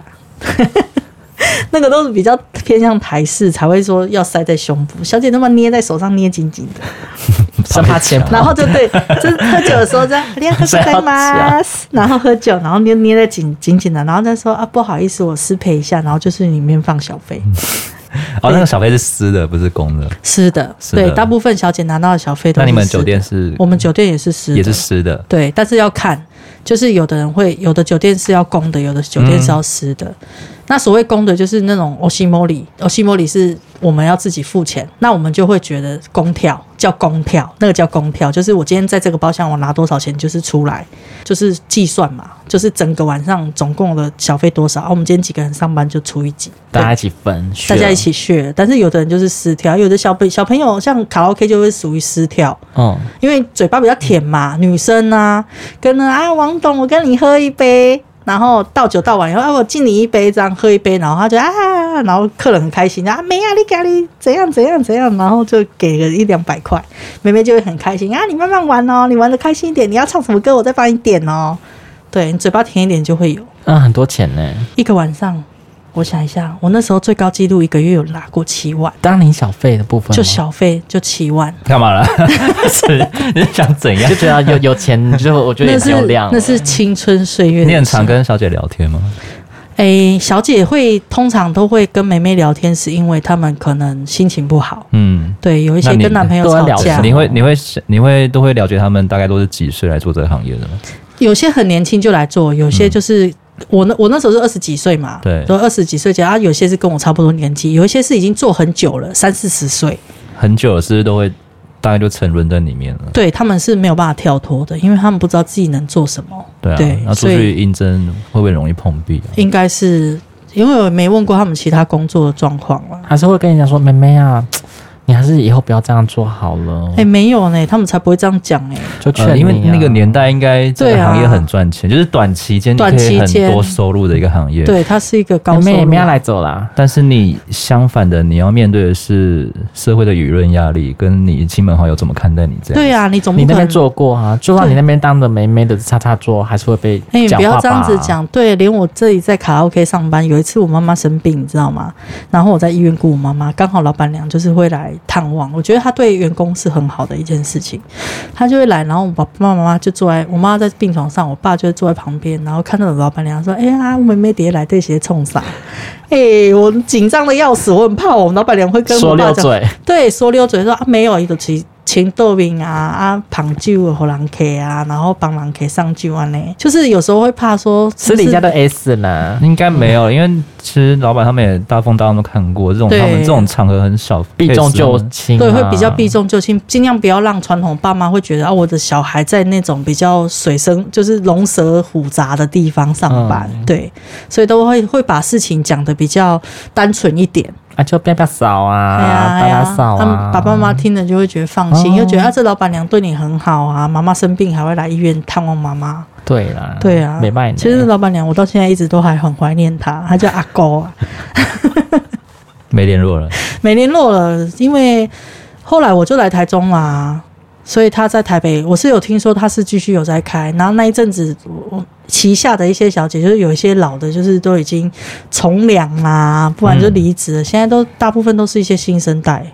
[SPEAKER 1] 那个都是比较偏向台式才会说要塞在胸部，小姐那么捏在手上捏紧紧的，
[SPEAKER 3] 生怕钱
[SPEAKER 1] 然后就对，就是喝酒的时候这样，你要喝
[SPEAKER 3] 谁要
[SPEAKER 1] 水吗？然后喝酒，然后捏捏的紧紧紧的，然后再说啊不好意思，我失陪一下，然后就是里面放小费。
[SPEAKER 2] 哦，那个小费是私的，不是公的。
[SPEAKER 1] 是的，
[SPEAKER 2] 是的
[SPEAKER 1] 对，大部分小姐拿到的小费都
[SPEAKER 2] 那
[SPEAKER 1] 是
[SPEAKER 2] 你们
[SPEAKER 1] 湿的
[SPEAKER 2] 酒店是
[SPEAKER 1] 我们酒店也是湿的，
[SPEAKER 2] 也是湿的？
[SPEAKER 1] 对，但是要看，就是有的人会，有的酒店是要公的，有的酒店是要私的。那所谓公的，就是那种 o s h i m o r i o s h i m o r i 是我们要自己付钱，那我们就会觉得公票叫公票，那个叫公票，就是我今天在这个包厢我拿多少钱，就是出来，就是计算嘛，就是整个晚上总共的小费多少，啊，我们今天几个人上班就除以几，
[SPEAKER 3] 大家一起分，
[SPEAKER 1] 大家一
[SPEAKER 3] 起，
[SPEAKER 1] 起学。但是有的人就是私跳，有的小朋小朋友像卡拉 OK 就会属于私跳，
[SPEAKER 3] 嗯，
[SPEAKER 1] 因为嘴巴比较甜嘛，女生啊，跟着啊王董，我跟你喝一杯，然后倒酒倒完以后，啊我敬你一杯，这样喝一杯，然后他就啊，然后客人很开心啊，妹啊你咖喱怎样怎样怎样，然后就给个一两百块，妹妹就会很开心啊，你慢慢玩哦，你玩的开心一点，你要唱什么歌我再帮你点哦，对你嘴巴甜一点就会有
[SPEAKER 3] 那啊很多钱呢。
[SPEAKER 1] 一个晚上。我想一下，我那时候最高纪录一个月有拿过七万，
[SPEAKER 3] 当你小费的部分吗，哦
[SPEAKER 1] 就小费就七万，
[SPEAKER 2] 干嘛啦？ 是你是想怎样
[SPEAKER 3] 就？觉得有有钱，你就我觉得
[SPEAKER 1] 那
[SPEAKER 3] 也
[SPEAKER 1] 是
[SPEAKER 3] 流量哦了，
[SPEAKER 1] 那是青春岁月的
[SPEAKER 2] 你很
[SPEAKER 1] 记
[SPEAKER 2] 常
[SPEAKER 1] 忆
[SPEAKER 2] 跟小姐聊天吗？
[SPEAKER 1] 诶、小姐会通常都会跟妹妹聊天，是因为她们可能心情不好，
[SPEAKER 2] 嗯，
[SPEAKER 1] 对，有一些
[SPEAKER 2] 那你
[SPEAKER 1] 跟男朋友
[SPEAKER 3] 多
[SPEAKER 1] 吵
[SPEAKER 3] 聊
[SPEAKER 1] 架
[SPEAKER 3] 什，
[SPEAKER 2] 你
[SPEAKER 3] 么
[SPEAKER 2] 会你会你会都会了解他们大概都是几岁来做这个行业的吗？
[SPEAKER 1] 有些很年轻就来做，有些就是。我那我那时候是二十几岁嘛，
[SPEAKER 2] 对
[SPEAKER 1] 都二十几岁，啊，有些是跟我差不多年纪，有一些是已经做很久了，三四十岁，
[SPEAKER 2] 很久了是不是都会大概就沉沦在里面了？
[SPEAKER 1] 对他们是没有办法跳脱的，因为他们不知道自己能做什么，
[SPEAKER 2] 对啊，
[SPEAKER 1] 对
[SPEAKER 2] 然后出
[SPEAKER 1] 所
[SPEAKER 2] 去
[SPEAKER 1] 以
[SPEAKER 2] 应征会不会容易碰壁啊？
[SPEAKER 1] 应该是因为我也没问过他们其他工作的状况了，
[SPEAKER 3] 哦还是会跟你讲说，妹妹啊，你你还是以后不要这样做好了。
[SPEAKER 1] 哎、没有呢，他们才不会这样讲哎、
[SPEAKER 3] 就劝你、
[SPEAKER 2] 呃，
[SPEAKER 3] 啊
[SPEAKER 2] 因为那个年代应该这个
[SPEAKER 1] 对啊
[SPEAKER 2] 行业很赚钱，就是短期间你可
[SPEAKER 1] 短期
[SPEAKER 2] 以很
[SPEAKER 1] 间
[SPEAKER 2] 多收入的一个行业。，
[SPEAKER 1] 对，它是一个高啊
[SPEAKER 3] 你
[SPEAKER 1] 收
[SPEAKER 3] 们也
[SPEAKER 1] 入
[SPEAKER 3] 不哎要来走啦。
[SPEAKER 2] 但是你相反的，你要面对的是社会的舆论压力，跟你亲朋好友怎么看待你这样。
[SPEAKER 1] 对啊呀、你总不
[SPEAKER 3] 你那
[SPEAKER 1] 可能
[SPEAKER 3] 边做过啊，就算你
[SPEAKER 1] 对
[SPEAKER 3] 那边当着美美的叉叉桌，还是会被
[SPEAKER 1] 哎、你
[SPEAKER 3] 讲
[SPEAKER 1] 不
[SPEAKER 3] 话
[SPEAKER 1] 要
[SPEAKER 3] 吧
[SPEAKER 1] 这样子。讲。对，连我这里在卡拉 OK 上班，有一次我妈妈生病，你知道吗？然后我在医院顾我妈妈，刚好老板娘就是会来探望。我觉得她对员工是很好的一件事情，她就会来，然后我爸爸妈妈就坐在我妈在病床上，我爸就坐在旁边，然后看到老板娘说：“哎、呀，我妹妹爹来对鞋冲上。哎，我紧张的要死，我很怕我们老板娘会跟
[SPEAKER 3] 说
[SPEAKER 1] 我爸
[SPEAKER 3] 溜
[SPEAKER 1] 讲，
[SPEAKER 3] 嘴，
[SPEAKER 1] 对，说溜嘴说啊，没有，伊就是请豆饼啊啊，捧酒给人客啊，然后帮人客上酒安尼，就是有时候会怕说
[SPEAKER 3] 私
[SPEAKER 1] 是不
[SPEAKER 3] 底
[SPEAKER 1] 是
[SPEAKER 3] 下的 S 呢？
[SPEAKER 2] 应该没有，因为其实老板他们也大风大浪都看过，这种
[SPEAKER 1] 对
[SPEAKER 2] 他们这种场合很少，
[SPEAKER 3] 避重就轻、啊，
[SPEAKER 1] 对，会比较避。重就轻，尽量不要让传统爸妈会觉得啊，我的小孩在那种比较水深，就是龙蛇虎杂的地方上班，
[SPEAKER 3] 嗯
[SPEAKER 1] 对，所以都会会把事情讲的比较单纯一点，
[SPEAKER 3] 啊，就变变少啊，
[SPEAKER 1] 对啊，
[SPEAKER 3] 打
[SPEAKER 1] 哎呀
[SPEAKER 3] 打扫
[SPEAKER 1] 他们
[SPEAKER 3] 啊，哦
[SPEAKER 1] 爸爸妈妈听了就会觉得放心，又觉得啊，这老板娘对你很好啊，妈妈生病还会来医院探望妈妈，
[SPEAKER 3] 对啦，
[SPEAKER 1] 对
[SPEAKER 2] 嗯
[SPEAKER 1] 啊，
[SPEAKER 3] 没卖呢。
[SPEAKER 1] 其实老板娘，我到现在一直都还很怀念她，她叫阿勾啊，
[SPEAKER 2] 没联络了。
[SPEAKER 1] 没联络了，因为后来我就来台中啦，所以她在台北，我是有听说她是继续有在开，然后那一阵子我我旗下的一些小姐，就是有一些老的，就是都已经从良啦，不然就离职了，
[SPEAKER 2] 嗯
[SPEAKER 1] 现在都大部分都是一些新生代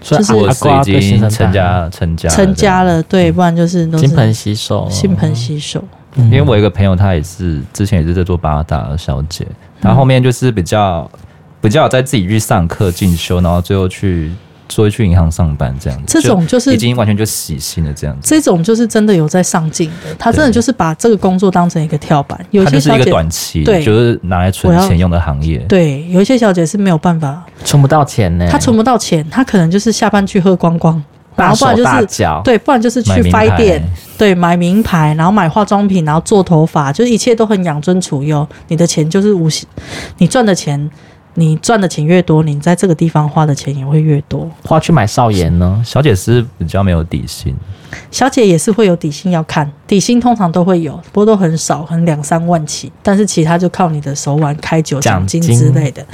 [SPEAKER 3] 所
[SPEAKER 1] 就是
[SPEAKER 3] 以
[SPEAKER 2] 我
[SPEAKER 3] 阿
[SPEAKER 2] 是
[SPEAKER 3] 瓜
[SPEAKER 2] 已
[SPEAKER 3] 对新
[SPEAKER 2] 经
[SPEAKER 3] 生
[SPEAKER 2] 成
[SPEAKER 3] 代
[SPEAKER 2] 家成家
[SPEAKER 1] 成家
[SPEAKER 2] 了
[SPEAKER 1] 了，对，不然就是都是
[SPEAKER 3] 金盆洗手，
[SPEAKER 2] 哦
[SPEAKER 3] 嗯
[SPEAKER 1] 金盆洗手，
[SPEAKER 2] 这样，因为我有一个朋友，她也是之前也是在做八大的小姐，
[SPEAKER 1] 嗯
[SPEAKER 2] 她后面就是比较比较有在自己去上课进修，然后最后去说去银行上班这样子，
[SPEAKER 1] 这种就是
[SPEAKER 2] 已经完全就洗心了这样子。
[SPEAKER 1] 这种就是真的有在上进的，她真的
[SPEAKER 2] 对
[SPEAKER 1] 就是把这个工作当成一个跳板，有
[SPEAKER 2] 它
[SPEAKER 1] 些
[SPEAKER 2] 就是
[SPEAKER 1] 小
[SPEAKER 2] 一个
[SPEAKER 1] 姐。
[SPEAKER 2] 短期，
[SPEAKER 1] 对
[SPEAKER 2] 就是拿来存
[SPEAKER 1] 我要
[SPEAKER 2] 钱用的行业。
[SPEAKER 1] 对，有一些小姐是没有办法，
[SPEAKER 3] 存不到钱呢，
[SPEAKER 1] 她存不到钱，她可能就是下班去喝光光，然
[SPEAKER 3] 大
[SPEAKER 1] 后不
[SPEAKER 3] 手
[SPEAKER 1] 然就
[SPEAKER 3] 大
[SPEAKER 1] 是
[SPEAKER 3] 脚，
[SPEAKER 1] 对，不然就是
[SPEAKER 2] 买
[SPEAKER 1] 去
[SPEAKER 2] 名
[SPEAKER 1] 拍
[SPEAKER 2] 牌
[SPEAKER 1] 店，对，买名牌，然后买化妆品，然后做头发，就是一切都很养尊处优。你的钱就是无形，你赚的钱，你赚的钱越多，你在这个地方花的钱也会越多。
[SPEAKER 3] 花去买少爷呢，
[SPEAKER 2] 小姐是比较没有底 薪，
[SPEAKER 1] 小姐也是会有底薪要看，底薪通常都会有，不过都很少，很两三万起。但是其他就靠你的手腕、开酒、奖
[SPEAKER 3] 奖
[SPEAKER 1] 金
[SPEAKER 3] 金
[SPEAKER 1] 之类的。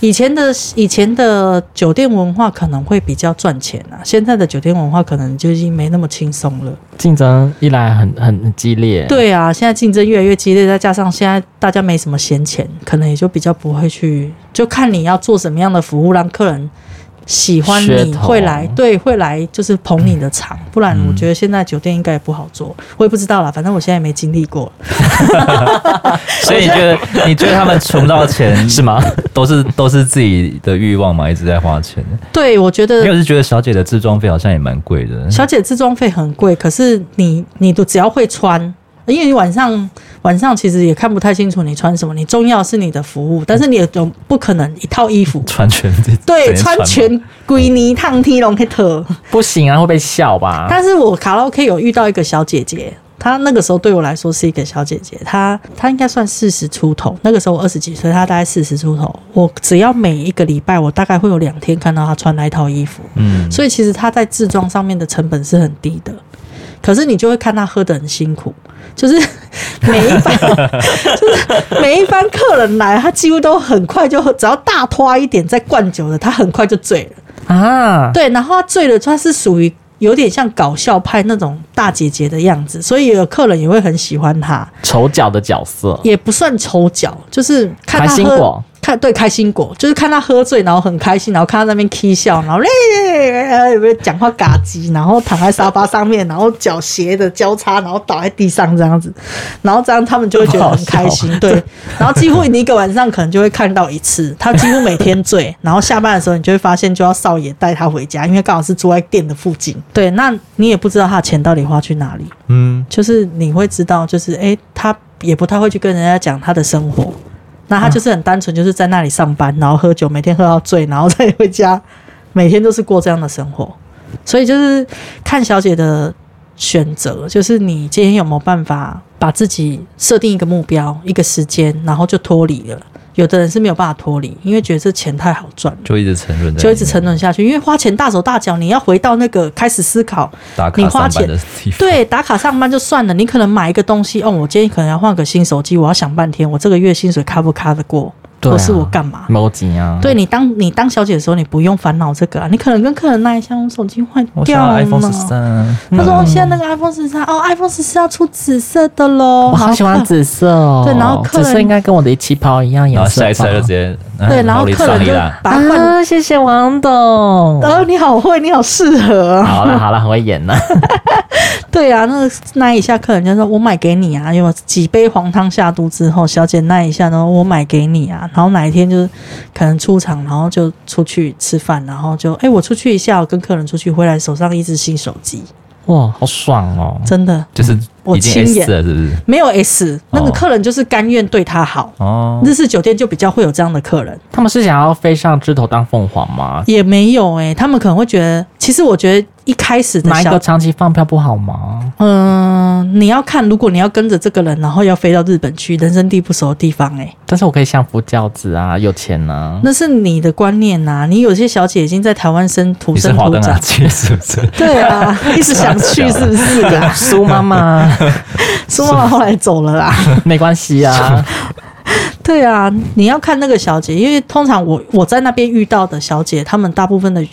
[SPEAKER 1] 以前的以前的酒店文化可能会比较赚钱啊，现在的酒店文化可能就已经没那么轻松了。
[SPEAKER 3] 竞争一来很很很激烈，，
[SPEAKER 1] 对啊，现在竞争越来越激烈，再加上现在大家没什么闲钱，可能也就比较不会去，就看你要做什么样的服务，让客人喜欢
[SPEAKER 3] 噱
[SPEAKER 1] 你，
[SPEAKER 3] 头嗯
[SPEAKER 1] 会来，对，会来就是捧你的场，不然我觉得现在酒店应该也不好做，我也不知道啦，反正我现在也没经历过，
[SPEAKER 2] 所以你觉得你觉得他们存不 到钱是吗？都是都是自己的欲望嘛，一直在花钱。
[SPEAKER 1] 对我觉
[SPEAKER 2] 因为
[SPEAKER 1] 得。
[SPEAKER 2] 我是觉得小姐的自装费好像也蛮贵的，
[SPEAKER 1] 小姐自装费很贵，可是你你都只要会穿，因为你晚上晚上其实也看不太清楚你穿什么，你重要是你的服务，但是你也总不可能一套衣服
[SPEAKER 2] 穿全自
[SPEAKER 1] 对
[SPEAKER 2] 整天
[SPEAKER 1] 穿
[SPEAKER 2] 嘛嗯
[SPEAKER 1] 全龟泥烫 T 龙 hit。
[SPEAKER 3] 不行啊，会被笑吧？
[SPEAKER 1] 但是我卡拉 OK 有遇到一个小姐姐，她那个时候对我来说是一个小姐姐，她她应该算四十出头，那个时候我二十几岁，她大概四十出头。我只要每一个礼拜，我大概会有两天看到她穿那一套衣服，
[SPEAKER 2] 嗯，
[SPEAKER 1] 所以其实她在制装上面的成本是很低的。可是你就会看她喝得很辛苦， 就是每一班，就是每一班客人来，她几乎都很快就只要大拖一点再灌酒的，她很快就醉了。
[SPEAKER 3] 啊，
[SPEAKER 1] 对，然后他醉了，他是属于有点像搞笑派那种大姐姐的样子，所以有客人也会很喜欢他，
[SPEAKER 3] 丑角的角色，
[SPEAKER 1] 也不算丑角，就是看
[SPEAKER 3] 开
[SPEAKER 1] 他
[SPEAKER 3] 心
[SPEAKER 1] 喝。
[SPEAKER 3] 果，
[SPEAKER 1] 看对开心果，就是看他喝醉，然后很开心，然后看他在那边 k 笑，然后嘞呃有没有讲话嘎叽，然后躺在沙发上面，然后脚斜的交叉，然后倒在地上这样子，然后这样他们就会觉得很开心，对。然后几乎你一个晚上可能就会看到一次，他几乎每天醉，然后下班的时候你就会发现就要少爷带他回家，因为刚好是住在店的附近，对。那你也不知道他的钱到底花去哪里，
[SPEAKER 2] 嗯，
[SPEAKER 1] 就是你会知道，就是诶，他也不太会去跟人家讲他的生活，那他就是很单纯，就是在那里上班，然后喝酒，每天喝到醉，然后再回家，每天都是过这样的生活。所以就是看小姐的选择，就是你今天有没有办法把自己设定一个目标、一个时间，然后就脱离了。有的人是没有办法脱离，因为觉得这钱太好赚了，
[SPEAKER 2] 就一直沉沦在里面，
[SPEAKER 1] 就一直沉沦下去。因为花钱大手大脚，你要回到那个开始思考，
[SPEAKER 2] 打
[SPEAKER 1] 你
[SPEAKER 2] 卡
[SPEAKER 1] 花
[SPEAKER 2] 上
[SPEAKER 1] 钱
[SPEAKER 2] 班的地方。
[SPEAKER 1] 对，打卡上班就算了，你可能买一个东西，哦，我今天可能要换个新手机，我要想半天，我这个月薪水卡不卡得过，
[SPEAKER 3] 对啊
[SPEAKER 1] 或是我干嘛？
[SPEAKER 3] 毛巾啊，
[SPEAKER 1] 对你当你当小姐的时候，你不用烦恼这个啊，你可能跟客人那一箱手机换
[SPEAKER 2] 我
[SPEAKER 1] 掉
[SPEAKER 2] 想要
[SPEAKER 1] 了。
[SPEAKER 2] iPhone 十三，嗯
[SPEAKER 1] 他说：“哦，现在那个 iPhone 十三，哦，iPhone 十四要出紫色的喽。”
[SPEAKER 3] 我好喜欢
[SPEAKER 1] 看
[SPEAKER 3] 紫色哦，
[SPEAKER 1] 对然后客
[SPEAKER 3] 紫
[SPEAKER 1] 人
[SPEAKER 3] 色应该跟我的旗袍一样颜
[SPEAKER 2] 然后
[SPEAKER 3] 色
[SPEAKER 2] 下
[SPEAKER 3] 吧。
[SPEAKER 2] 一次他就直接嗯
[SPEAKER 1] 对，然后客人就
[SPEAKER 2] 啦。
[SPEAKER 1] 把它换。
[SPEAKER 3] 啊，谢谢王 董。
[SPEAKER 1] 呃，你好会，你好适合啊。
[SPEAKER 3] 好了好了，很会演呢。
[SPEAKER 1] 对啊，那个那一下客人就说：“我买给你啊，因为几杯黄汤下肚之后，小姐那一下，然后我买给你啊。然后哪一天就是可能出场，然后就出去吃饭，然后就哎、我出去一下，我跟客人出去，回来手上一只新手机，
[SPEAKER 3] 哇，好爽哦！
[SPEAKER 1] 真的
[SPEAKER 2] 就是
[SPEAKER 1] 我
[SPEAKER 2] 已经
[SPEAKER 1] 亲眼
[SPEAKER 2] S 了，是不是？
[SPEAKER 1] 没有 S，那个
[SPEAKER 2] 哦
[SPEAKER 1] 客人就是甘愿对他好。
[SPEAKER 2] 哦，
[SPEAKER 1] 日式酒店就比较会有这样的客人。”
[SPEAKER 3] 他们是想要飞上枝头当凤凰吗？
[SPEAKER 1] 也没有哎、他们可能会觉得，其实我觉得一开始的
[SPEAKER 3] 拿一
[SPEAKER 1] 小
[SPEAKER 3] 个，长期放票不好吗？
[SPEAKER 1] 嗯、你要看，如果你要跟着这个人，然后要飞到日本去，人生地不熟的地方、欸，
[SPEAKER 3] 但是我可以相夫教子啊，有钱 呢、
[SPEAKER 1] 那是你的观念呐、你有些小姐已经在台湾生土
[SPEAKER 2] 你是
[SPEAKER 1] 生
[SPEAKER 2] 华
[SPEAKER 1] 土
[SPEAKER 2] 灯啊
[SPEAKER 1] 长，
[SPEAKER 2] 姐是不是？
[SPEAKER 1] 对啊，一直想去是不是啊？
[SPEAKER 3] 苏妈妈
[SPEAKER 1] 苏妈妈后来走了啦。
[SPEAKER 3] 没关系 啊，
[SPEAKER 1] 对啊，你要看那个小姐，因为通常我我在那边遇到的小姐，她们大部分的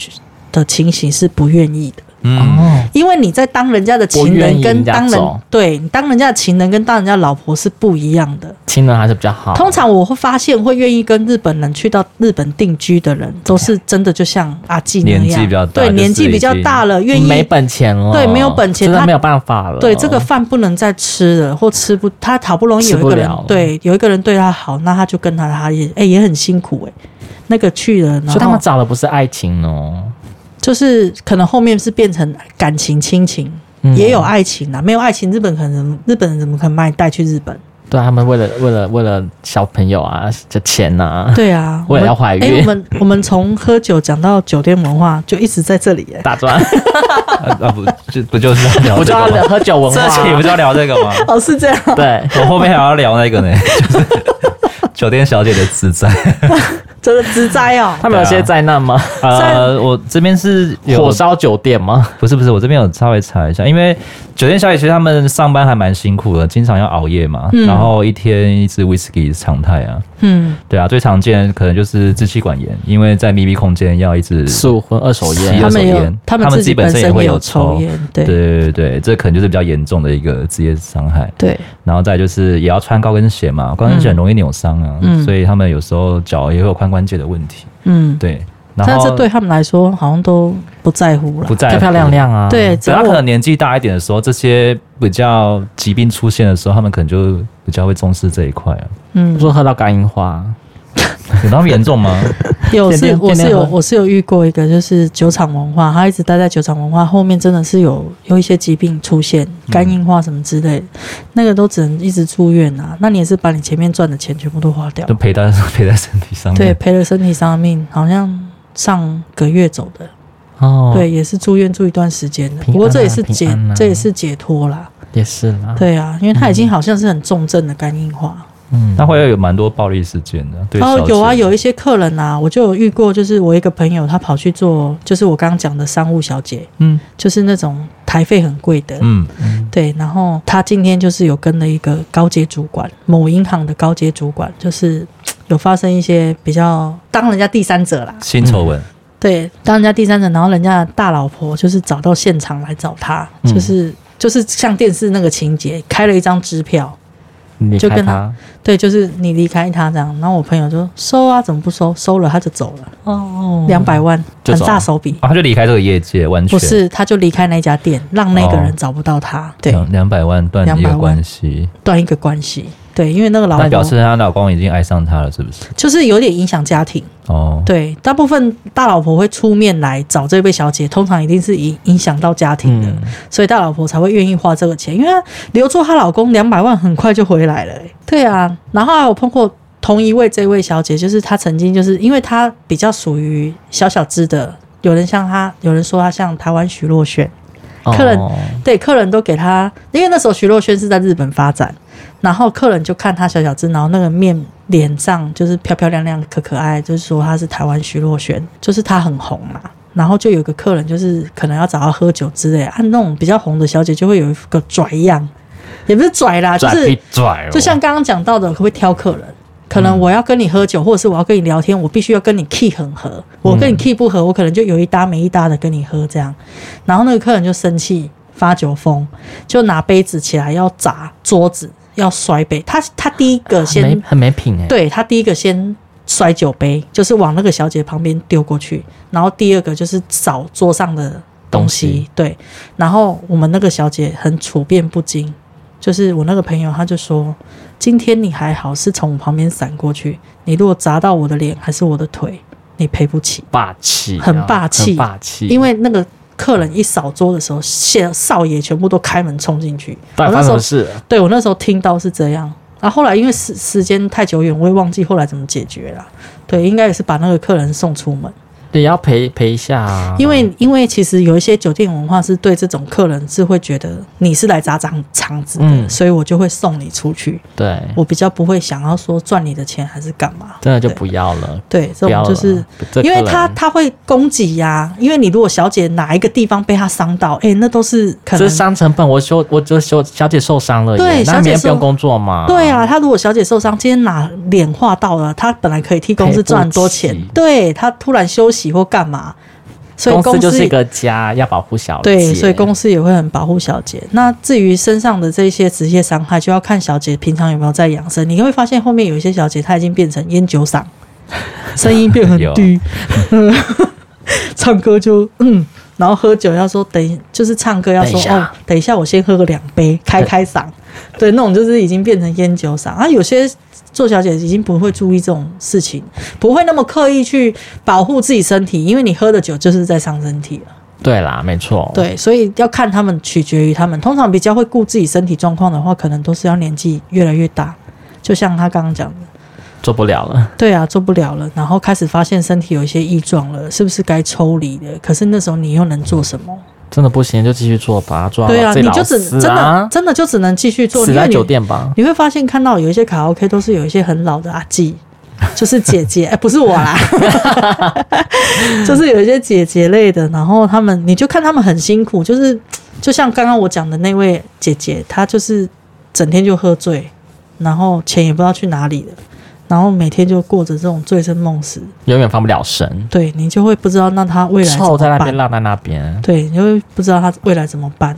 [SPEAKER 1] 的情形是不愿意的。
[SPEAKER 2] 嗯，
[SPEAKER 3] 哦，
[SPEAKER 1] 因为你在当人家的情
[SPEAKER 3] 不愿
[SPEAKER 1] 人
[SPEAKER 3] 意
[SPEAKER 1] 跟
[SPEAKER 3] 人家
[SPEAKER 1] 当
[SPEAKER 3] 走
[SPEAKER 1] 人对你当人家的情人跟当人家老婆是不一样的。
[SPEAKER 3] 亲人还是比较好。
[SPEAKER 1] 通常我会发现会愿意跟日本人去到日本定居的人，都是真的就像阿纪那样，
[SPEAKER 2] 年纪比较大
[SPEAKER 1] 对
[SPEAKER 2] 就是
[SPEAKER 1] 年纪比较大了，愿
[SPEAKER 3] 没
[SPEAKER 1] 意。
[SPEAKER 3] 本钱了，
[SPEAKER 1] 对没有本钱
[SPEAKER 3] 真的
[SPEAKER 1] 他
[SPEAKER 3] 没有办法了。
[SPEAKER 1] 对这个饭不能再吃了，或吃不，他好不容易有一个
[SPEAKER 3] 吃不
[SPEAKER 1] 人
[SPEAKER 3] 了了
[SPEAKER 1] 对有一个人对他好，那他就跟他他也哎、也很辛苦哎、那个去了，然
[SPEAKER 3] 所以他
[SPEAKER 1] 后
[SPEAKER 3] 们找的不是爱情哦，
[SPEAKER 1] 就是可能后面是变成感情亲情，
[SPEAKER 3] 嗯
[SPEAKER 1] 也有爱情啦，没有爱情日本可能日本人怎么可能把你带去日本？
[SPEAKER 3] 对啊他们为了为了为了小朋友啊，这钱呐、啊，
[SPEAKER 1] 对 啊，
[SPEAKER 3] 为了要怀
[SPEAKER 1] 哎、
[SPEAKER 3] 孕
[SPEAKER 1] 我们我们从喝酒讲到酒店文化，就一直在这里哎、
[SPEAKER 3] 打转，
[SPEAKER 2] 啊啊不，就不就是要聊
[SPEAKER 3] 我
[SPEAKER 2] 这
[SPEAKER 3] 就要
[SPEAKER 2] 个吗？
[SPEAKER 3] 喝酒文
[SPEAKER 2] 这期不
[SPEAKER 3] 化，
[SPEAKER 2] 就要聊这个吗？
[SPEAKER 1] 哦，是这样。
[SPEAKER 3] 对，
[SPEAKER 2] 我后面还要聊那个呢，就是酒店小姐的职在。
[SPEAKER 1] 真的之灾哦。
[SPEAKER 3] 他们有些灾难吗？
[SPEAKER 2] 呃，我这边是有
[SPEAKER 3] 火，烧酒店吗？
[SPEAKER 2] 不是不是，我这边有稍微查一下，因为酒店小姐其实他们上班还蛮辛苦的，经常要熬夜嘛，然后一天一支 whisky 是常态啊。
[SPEAKER 1] 嗯，
[SPEAKER 2] 对啊，最常见可能就是支气管炎，因为在密闭空间要一直
[SPEAKER 3] 十五婚二手
[SPEAKER 2] 吸
[SPEAKER 3] 烟
[SPEAKER 1] 他，
[SPEAKER 2] 二手
[SPEAKER 1] 们有
[SPEAKER 2] 烟，
[SPEAKER 1] 他
[SPEAKER 2] 他们
[SPEAKER 1] 自
[SPEAKER 2] 自己
[SPEAKER 1] 己
[SPEAKER 2] 本身也
[SPEAKER 1] 身
[SPEAKER 2] 会
[SPEAKER 1] 也
[SPEAKER 2] 有
[SPEAKER 1] 抽
[SPEAKER 2] 抽
[SPEAKER 1] 烟，对
[SPEAKER 2] 对对对，这可能就是比较严重的一个职业伤害。
[SPEAKER 1] 对
[SPEAKER 2] 然后再就是也要穿高跟鞋嘛，高跟鞋很容易扭伤啊，
[SPEAKER 1] 嗯
[SPEAKER 2] 所以他们有时候脚也会有髋关节的问题。
[SPEAKER 1] 嗯。
[SPEAKER 2] 对，然
[SPEAKER 1] 但
[SPEAKER 2] 后
[SPEAKER 1] 这对他们来说好像都不在乎
[SPEAKER 2] 不
[SPEAKER 1] 了。
[SPEAKER 2] 在
[SPEAKER 3] 漂
[SPEAKER 2] 乎
[SPEAKER 3] 漂亮。亮啊，
[SPEAKER 1] 对，只
[SPEAKER 2] 等
[SPEAKER 1] 要
[SPEAKER 2] 他可
[SPEAKER 1] 我
[SPEAKER 2] 能年纪大一点的时候，这些比较疾病出现的时候，他们可能就比较会重视这一块 啊。
[SPEAKER 1] 嗯
[SPEAKER 3] 我，说喝到肝硬化，
[SPEAKER 2] 有那么严重吗？
[SPEAKER 1] 有
[SPEAKER 3] 天
[SPEAKER 1] 是
[SPEAKER 3] 天
[SPEAKER 1] 我
[SPEAKER 3] 天
[SPEAKER 1] 是
[SPEAKER 3] 天
[SPEAKER 1] 有
[SPEAKER 3] 喝
[SPEAKER 1] 我是有遇过一个，就是酒厂文化，他一直待在酒厂文化后面，真的是有有一些疾病出现，肝硬化什么之类的，那个都只能一直住院啊。那你也是把你前面赚的钱全部都花掉
[SPEAKER 2] 就，陪在 陪在身体上面。
[SPEAKER 1] 对，赔了身体上命，好像上个月走的，
[SPEAKER 3] 哦，，
[SPEAKER 1] 对，也是住院住一段时间的。
[SPEAKER 3] 平安啊
[SPEAKER 1] 不过这也是解，
[SPEAKER 3] 平安啊嗯
[SPEAKER 1] 这也是解脱啦。
[SPEAKER 3] 也是啦，，
[SPEAKER 1] 对啊，因为他已经好像是很重症的肝硬化。
[SPEAKER 3] 嗯，
[SPEAKER 2] 那会有蛮多暴力事件的。对
[SPEAKER 1] 然后
[SPEAKER 2] 小
[SPEAKER 1] 有啊，
[SPEAKER 2] 姐
[SPEAKER 1] 有一些客人啊，我就有遇过，就是我一个朋友，他跑去做，就是我刚刚讲的商务小姐，
[SPEAKER 2] 嗯
[SPEAKER 1] 就是那种台费很贵的。
[SPEAKER 2] 嗯，
[SPEAKER 1] 对，然后他今天就是有跟了一个高阶主管，某银行的高阶主管，就是嘖有发生一些比较当人家第三者啦，
[SPEAKER 2] 新丑闻，
[SPEAKER 1] 对，当人家第三者，然后人家的大老婆就是找到现场来找他，
[SPEAKER 2] 嗯
[SPEAKER 1] 就是、就是像电视那个情节，开了一张支票，
[SPEAKER 3] 离
[SPEAKER 1] 就
[SPEAKER 3] 开
[SPEAKER 1] 跟
[SPEAKER 3] 他，
[SPEAKER 1] 对，就是你离开他这样。然后我朋友就收啊，怎么不收？收了他就走了，
[SPEAKER 2] 嗯
[SPEAKER 3] 哦
[SPEAKER 1] 两百、万，
[SPEAKER 3] 就
[SPEAKER 1] 很
[SPEAKER 3] 走
[SPEAKER 1] 大
[SPEAKER 3] 了
[SPEAKER 1] 手笔。
[SPEAKER 2] 啊，他就离开这个业界，完全
[SPEAKER 1] 不是，他就离开那家店，让那个
[SPEAKER 2] 哦嗯
[SPEAKER 1] 人找不到他，对，
[SPEAKER 2] 两两百万断一
[SPEAKER 1] 200
[SPEAKER 2] 个
[SPEAKER 1] 万
[SPEAKER 2] 关系，
[SPEAKER 1] 断一个关系，对，因为那个老
[SPEAKER 2] 那
[SPEAKER 1] 板
[SPEAKER 2] 表示她老公已经爱上她了，是不是？
[SPEAKER 1] 就是有点影响家庭。
[SPEAKER 2] 哦，
[SPEAKER 1] 对，大部分大老婆会出面来找这位小姐，通常一定是影影响到家庭的，
[SPEAKER 3] 嗯
[SPEAKER 1] 所以大老婆才会愿意花这个钱，因为她留住她老公两百万很快就回来了、欸对啊，然后还有碰过同一位这位小姐，就是她曾经就是因为她比较属于小小只的，有人像她，有人说她像台湾徐若瑄，客人
[SPEAKER 3] 哦
[SPEAKER 1] 对，客人都给她，因为那时候徐若瑄是在日本发展，然后客人就看她小小只，然后那个面脸上就是漂漂亮亮、可可爱，就是说她是台湾徐若瑄，就是她很红嘛。然后就有一个客人，就是可能要找她喝酒之类，啊，那种比较红的小姐就会有一个拽样，也不是拽啦，就
[SPEAKER 3] 拽
[SPEAKER 1] 是
[SPEAKER 2] 啊
[SPEAKER 3] 屁拽哦，
[SPEAKER 1] 就像刚刚讲到的，可不可以挑客人？可能我要跟你喝酒，或者是我要跟你聊天，我必须要跟你 key 很合。我
[SPEAKER 3] 嗯
[SPEAKER 1] 跟你 key 不合，我可能就有一搭没一搭的跟你喝这样。然后那个客人就生气，发酒疯，就拿杯子起来要砸桌子，要摔杯。他他第一个
[SPEAKER 3] 很
[SPEAKER 1] 先
[SPEAKER 3] 没很没品哎，
[SPEAKER 1] 对他第一个先摔酒杯，就是往那个小姐旁边丢过去，然后第二个就是找桌上的东西，
[SPEAKER 3] 东西
[SPEAKER 1] 对。然后我们那个小姐很处变不惊，就是我那个朋友他就说，今天你还好是从我旁边闪过去，你如果砸到我的脸还是我的腿，你赔不起，
[SPEAKER 3] 霸气啊，
[SPEAKER 1] 很霸气
[SPEAKER 3] 很霸气，
[SPEAKER 1] 因为那个。客人一扫桌的时候，谢少爷全部都开门冲进去。
[SPEAKER 3] 到
[SPEAKER 1] 我
[SPEAKER 3] 底
[SPEAKER 1] 那时
[SPEAKER 3] 发生什
[SPEAKER 1] 候
[SPEAKER 3] 么事？
[SPEAKER 1] 对我那时候听到是这样，然、后后来因为时时间太久远，我也忘记后来怎么解决了。对，应该也是把那个客人送出门，
[SPEAKER 3] 对，要赔赔一下啊，
[SPEAKER 1] 因为因为其实有一些酒店文化是对这种客人是会觉得你是来砸场场子的，
[SPEAKER 3] 嗯
[SPEAKER 1] 所以我就会送你出去，
[SPEAKER 3] 对，
[SPEAKER 1] 我比较不会想要说赚你的钱还是干嘛。
[SPEAKER 3] 真的就不要了，
[SPEAKER 1] 对，这
[SPEAKER 3] 不要
[SPEAKER 1] 种
[SPEAKER 3] 了，
[SPEAKER 1] 就是
[SPEAKER 3] 这
[SPEAKER 1] 因为
[SPEAKER 3] 客人
[SPEAKER 1] 他他会攻击呀、因为你如果小姐哪一个地方被他伤到，哎、那都是可
[SPEAKER 3] 这
[SPEAKER 1] 能
[SPEAKER 3] 是伤成本，我修我就修小姐受伤了耶，
[SPEAKER 1] 对小
[SPEAKER 3] 那
[SPEAKER 1] 姐
[SPEAKER 3] 明天
[SPEAKER 1] 受
[SPEAKER 3] 不用工作嘛？
[SPEAKER 1] 对啊，他如果小姐受伤，今天拿脸画到了，他本来可以替公司赚很多
[SPEAKER 3] 赔不
[SPEAKER 1] 钱
[SPEAKER 3] 起，
[SPEAKER 1] 对他突然休息或干嘛，所以
[SPEAKER 3] 公
[SPEAKER 1] 司
[SPEAKER 3] 司就是一个家，要保护小姐。
[SPEAKER 1] 对，所以公司也会很保护小姐。那至于身上的这些职业伤害，就要看小姐平常有没有在养生。你会发现后面有一些小姐她已经变成烟酒嗓，声音变很低， 唱歌就嗯，然后喝酒要说等一，就是唱歌要
[SPEAKER 3] 等
[SPEAKER 1] 说
[SPEAKER 3] 一下
[SPEAKER 1] 哦，等一下我先喝个两杯开开嗓，对，那种就是已经变成烟酒嗓啊。有些做小姐已经不会注意这种事情，不会那么刻意去保护自己身体，因为你喝的酒就是在伤身体了。
[SPEAKER 3] 对啦，没错，，
[SPEAKER 1] 对，所以要看他们，取决于他们。通常比较会顾自己身体状况的话，可能都是要年纪越来越大，就像他刚刚讲的，
[SPEAKER 3] 做不了了，
[SPEAKER 1] 对啊，做不了了，然后开始发现身体有一些异状了，是不是该抽离了？可是那时候你又能做什么？
[SPEAKER 3] 真的不行就继续做吧，做好
[SPEAKER 1] 对啊，
[SPEAKER 3] 自己
[SPEAKER 1] 你
[SPEAKER 3] 老
[SPEAKER 1] 就只
[SPEAKER 3] 死
[SPEAKER 1] 真的
[SPEAKER 3] 啊
[SPEAKER 1] 真的就只能继续做，
[SPEAKER 3] 死
[SPEAKER 1] 因为
[SPEAKER 3] 在
[SPEAKER 1] 你
[SPEAKER 3] 酒店吧。
[SPEAKER 1] 你会发现看到有一些卡拉 OK 都是有一些很老的阿纪， 就是姐姐，哎、不是我 啦，就是有一些姐姐类的，然后他们你就看他们很辛苦，就是就像刚刚我讲的那位姐姐，她就是整天就喝醉，然后钱也不知道去哪里了。然后每天就过着这种醉生梦死，
[SPEAKER 3] 永远翻不了身，
[SPEAKER 1] 对你就会不知道那她未来啊怎
[SPEAKER 3] 臭
[SPEAKER 1] 么
[SPEAKER 3] 在那
[SPEAKER 1] 办
[SPEAKER 3] 边，烂嗯在那边，
[SPEAKER 1] 对，你就会不知道她未来怎么办。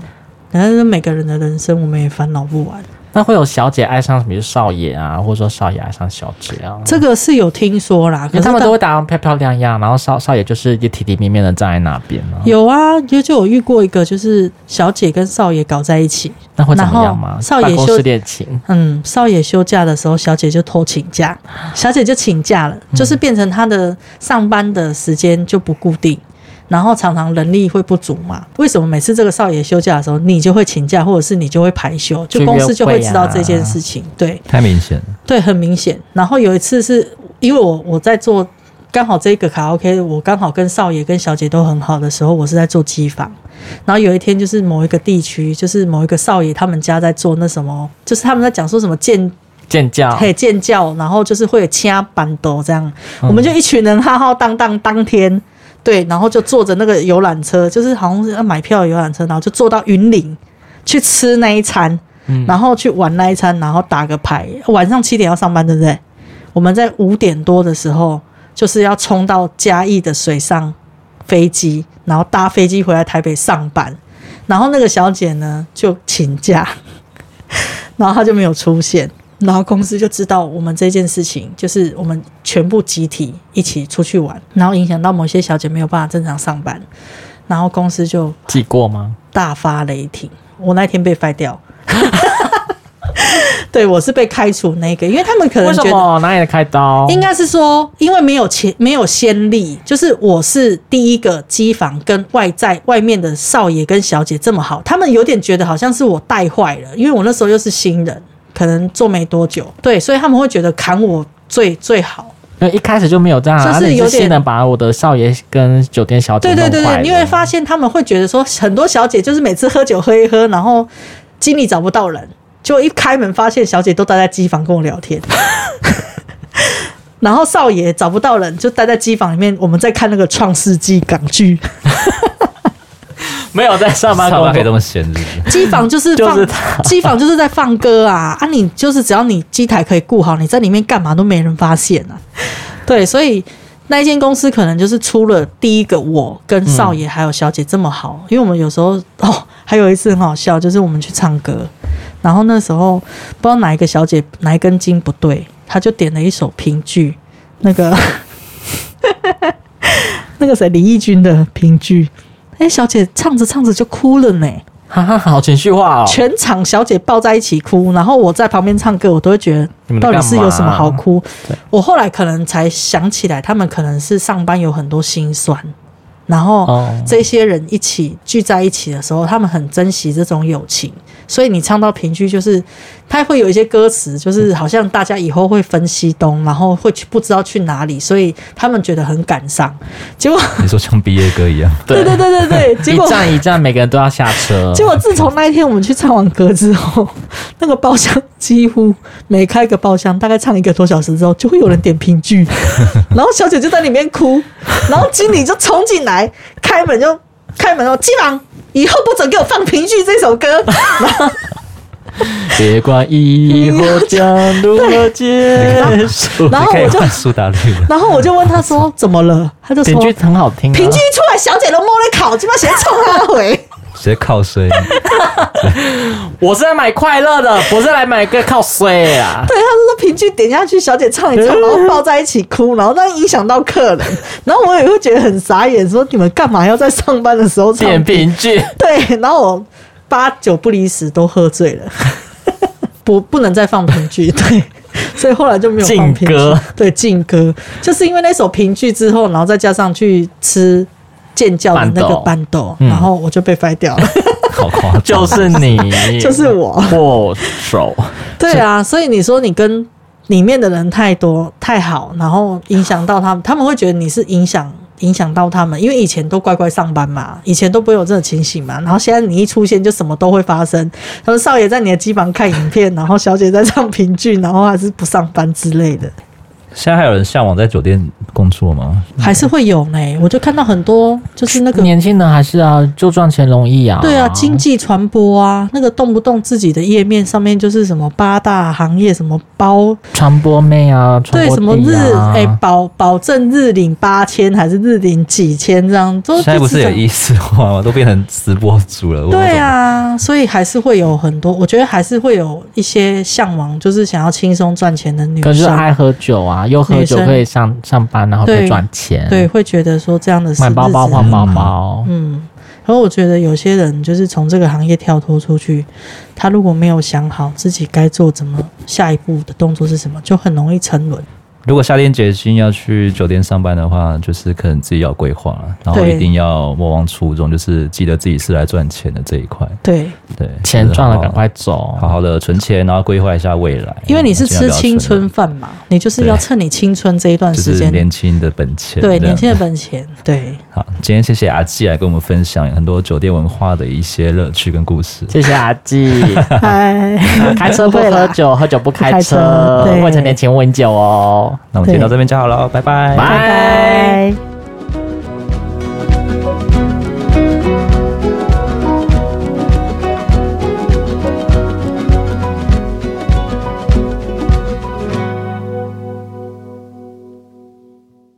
[SPEAKER 1] 然后每个人的人生，我们也烦恼不完。
[SPEAKER 3] 那会有小姐爱上比如少爷啊，或者说少爷爱上小姐啊，
[SPEAKER 1] 这个是有听说啦，
[SPEAKER 3] 因
[SPEAKER 1] 可
[SPEAKER 3] 为
[SPEAKER 1] 是
[SPEAKER 3] 他们
[SPEAKER 1] 大
[SPEAKER 3] 都会打扮漂漂亮亮，然后少少爷就是一体体面面的站在那边啊，
[SPEAKER 1] 有啊，就就有遇过一个，就是小姐跟少爷搞在一起。
[SPEAKER 3] 那会怎么样吗
[SPEAKER 1] 然后？少爷
[SPEAKER 3] 办公室
[SPEAKER 1] 休
[SPEAKER 3] 恋情，
[SPEAKER 1] 嗯，少爷休假的时候，小姐就偷请假，小姐就请假了，就是变成她的上班的时间就不固定，然后常常人力会不足嘛。为什么每次这个少爷休假的时候，你就会请假，或者是你就会排休，就
[SPEAKER 3] 去
[SPEAKER 1] 公
[SPEAKER 3] 约
[SPEAKER 1] 司就会
[SPEAKER 3] 会
[SPEAKER 1] 知道
[SPEAKER 3] 啊
[SPEAKER 1] 这件事情？对，
[SPEAKER 2] 太明显了。
[SPEAKER 1] 对，很明显。然后有一次是因为我我在做，刚好这个卡拉 OK，我刚好跟少爷跟小姐都很好的时候，我是在做机房。然后有一天就是某一个地区，就是某一个少爷他们家在做那什么，就是他们在讲说什么建
[SPEAKER 3] 见教，
[SPEAKER 1] 嘿建教，然后就是会有掐板斗这样，我们就一群人浩浩荡荡当天。对，然后就坐着那个游览车，就是好像是要买票的游览车，然后就坐到云林去吃那一餐，然后去玩那一餐，然后打个牌。晚上七点要上班，对不对？我们在五点多的时候，就是要冲到嘉义的水上飞机，然后搭飞机回来台北上班。然后那个小姐呢就请假，然后她就没有出现。然后公司就知道我们这件事情，就是我们全部集体一起出去玩，然后影响到某些小姐没有办法正常上班，然后公司就
[SPEAKER 3] 记过吗？
[SPEAKER 1] 大发雷霆。我那天被 f 掉， 对我是被开除那个，因为他们可能
[SPEAKER 3] 为
[SPEAKER 1] 觉
[SPEAKER 3] 什
[SPEAKER 1] 得。
[SPEAKER 3] 么哪里来的开刀？
[SPEAKER 1] 应该是说，因为没有前没有先例，就是我是第一个机房跟外在外面的少爷跟小姐这么好，他们有点觉得好像是我带坏了，因为我那时候又是新人，可能做没多久，对，所以他们会觉得砍我最最好。
[SPEAKER 3] 因为一开始就没有这样啊，
[SPEAKER 1] 就
[SPEAKER 3] 而
[SPEAKER 1] 是
[SPEAKER 3] 且
[SPEAKER 1] 有
[SPEAKER 3] 是
[SPEAKER 1] 点
[SPEAKER 3] 新人把我的少爷跟酒店小姐
[SPEAKER 1] 对
[SPEAKER 3] 弄
[SPEAKER 1] 对
[SPEAKER 3] 坏
[SPEAKER 1] 对对，你
[SPEAKER 3] 了
[SPEAKER 1] 会发现他们会觉得说，很多小姐就是每次喝酒喝一喝，然后经理找不到人，就一开门发现小姐都待在机房跟我聊天。 然后少爷找不到人，就待在机房里面，我们在看那个《创世纪》港剧。
[SPEAKER 3] 没有在上班
[SPEAKER 2] 上
[SPEAKER 3] 工
[SPEAKER 2] 班可以这
[SPEAKER 3] 作，
[SPEAKER 2] 么闲，是不是？
[SPEAKER 1] 机房就是放
[SPEAKER 3] 就是他
[SPEAKER 1] 机房就是在放歌啊啊！你就是只要你机台可以顾好，你在里面干嘛都没人发现啊。对，所以那一间公司可能就是出了第一个我跟少爷还有小姐这么好，因为我们有时候哦，还有一次很好笑，就是我们去唱歌，然后那时候不知道哪一个小姐哪一根筋不对，她就点了一首评剧，那个 那个谁李翊君的评剧。哎、小姐唱着唱着就哭了呢。
[SPEAKER 3] 哈哈，好情绪化哦。
[SPEAKER 1] 全场小姐抱在一起哭，然后我在旁边唱歌，我都会觉得
[SPEAKER 3] 你们在
[SPEAKER 1] 到
[SPEAKER 3] 干嘛
[SPEAKER 1] 底是有什么好哭
[SPEAKER 3] 对？
[SPEAKER 1] 我后来可能才想起来，他们可能是上班有很多心酸，然后
[SPEAKER 3] 哦
[SPEAKER 1] 这些人一起聚在一起的时候，他们很珍惜这种友情，所以你唱到评剧，就是它会有一些歌词，就是好像大家以后会分西东，然后会去不知道去哪里，所以他们觉得很感伤。结果，
[SPEAKER 2] 你说像毕业歌 一样，
[SPEAKER 1] 对对对对对，结
[SPEAKER 3] 一
[SPEAKER 1] 果
[SPEAKER 3] 站一站，每个人都要下车。
[SPEAKER 1] 结果自从那一天我们去唱完歌之后， 那个包厢几乎每开一个包厢，大概唱一个多小时之后，就会有人点评剧，然后小姐就在里面哭，然后经理就冲进来，开门就开门哦，机房以后不准给我放评剧这首歌。
[SPEAKER 3] 别管以后将如何结 束。
[SPEAKER 1] 然后
[SPEAKER 2] 你可以
[SPEAKER 1] 我就
[SPEAKER 2] 换苏打绿了。
[SPEAKER 1] 然后我就问他说怎么了，他就
[SPEAKER 3] 评
[SPEAKER 1] 说
[SPEAKER 3] 剧很好听、啊，
[SPEAKER 1] 评剧出来，小姐都摸了烤，鸡巴谁冲他回？
[SPEAKER 2] 直接靠水，
[SPEAKER 3] 我是来买快乐的，不是来买个靠睡啊。
[SPEAKER 1] 对，他是说平均点下去，小姐唱一唱，然后抱在一起哭，然后那影响到客人，然后我也会觉得很傻眼，说你们干嘛要在上班的时候唱
[SPEAKER 3] 点？评剧，
[SPEAKER 1] 对，然后我八九不离十都喝醉 了，不不能再放评剧，对，所以后来就没有放评剧
[SPEAKER 3] 禁歌，
[SPEAKER 1] 对，禁歌，就是因为那首评剧之后，然后再加上去吃建教的那个
[SPEAKER 3] 板嗯
[SPEAKER 1] 板豆，然后我就被掰掉 了。
[SPEAKER 2] 好夸 张。
[SPEAKER 3] 就是你，
[SPEAKER 1] 就是我
[SPEAKER 3] 握手。
[SPEAKER 1] 对啊，所以你说你跟里面的人太多太好，然后影响到他们，他们会觉得你是影响影响到他们，因为以前都乖乖上班嘛，以前都不会有这种情形嘛，然后现在你一出现就什么都会发生。他说少爷在你的机房看影片，然后小姐在唱评剧，然后还是不上班之类的，
[SPEAKER 2] 现在还有人向往在酒店工作吗？
[SPEAKER 1] 还是会有呢。我就看到很多就是那个。
[SPEAKER 3] 年轻人还是啊，就赚钱容易啊。
[SPEAKER 1] 对啊，经济传播啊，那个动不动自己的页面上面就是什么八大行业，什么包
[SPEAKER 3] 传播妹啊，传
[SPEAKER 1] 对，
[SPEAKER 3] 播
[SPEAKER 1] 什么日
[SPEAKER 3] 弟啊
[SPEAKER 1] 哎、保保证日领八千还是日领几千这样，都
[SPEAKER 2] 现在
[SPEAKER 1] 就
[SPEAKER 2] 不
[SPEAKER 1] 是这
[SPEAKER 2] 有
[SPEAKER 1] 种
[SPEAKER 2] 意思化吗？都变成直播主了。我
[SPEAKER 1] 对，啊，所以还是会有很多，我觉得还是会有一些向往，就是想要轻松赚钱的女
[SPEAKER 3] 可是
[SPEAKER 1] 生，
[SPEAKER 3] 爱喝酒啊，又喝酒
[SPEAKER 1] 女生
[SPEAKER 3] 可以上上班，然后可以
[SPEAKER 1] 对
[SPEAKER 3] 赚钱，
[SPEAKER 1] 对，，会觉得说这样的是
[SPEAKER 3] 买包包
[SPEAKER 1] 日子
[SPEAKER 3] 换包包，
[SPEAKER 1] 嗯，然后我觉得有些人就是从这个行业跳脱出去，他如果没有想好自己该做怎么下一步的动作是什么，就很容易沉沦。
[SPEAKER 2] 如果下定决心要去酒店上班的话，就是可能自己要规划了，然后
[SPEAKER 1] 对
[SPEAKER 2] 一定要莫忘初衷，就是记得自己是来赚钱的这一块。
[SPEAKER 1] 对，
[SPEAKER 2] 对，
[SPEAKER 3] 钱赚了
[SPEAKER 2] 就是
[SPEAKER 3] 赶
[SPEAKER 2] 好
[SPEAKER 3] 快走。
[SPEAKER 2] 好好的存钱，然后规划一下未来。
[SPEAKER 1] 因为你是
[SPEAKER 2] 然
[SPEAKER 1] 吃
[SPEAKER 2] 后尽量不要
[SPEAKER 1] 青
[SPEAKER 2] 存
[SPEAKER 1] 春
[SPEAKER 2] 了，
[SPEAKER 1] 饭嘛，你就是要
[SPEAKER 2] 对
[SPEAKER 1] 趁你青春这一段
[SPEAKER 2] 就
[SPEAKER 1] 时
[SPEAKER 2] 是
[SPEAKER 1] 间
[SPEAKER 2] 年轻的本钱。
[SPEAKER 1] 对，
[SPEAKER 2] 这
[SPEAKER 1] 年
[SPEAKER 2] 样
[SPEAKER 1] 轻的本钱， 对，
[SPEAKER 2] 好，今天谢谢阿纪来跟我们分享很多酒店文化的一些乐趣跟故事。
[SPEAKER 3] 谢谢阿 纪，
[SPEAKER 1] 嗨，
[SPEAKER 3] 开车
[SPEAKER 1] 不
[SPEAKER 3] 不
[SPEAKER 1] 会
[SPEAKER 3] 喝
[SPEAKER 1] 啦
[SPEAKER 3] 酒，喝酒不开
[SPEAKER 1] 不开
[SPEAKER 3] 车
[SPEAKER 1] 车对
[SPEAKER 3] 未成年请问酒哦。
[SPEAKER 2] 那我们今天到这边就好了，拜拜，
[SPEAKER 3] 拜
[SPEAKER 1] 拜拜。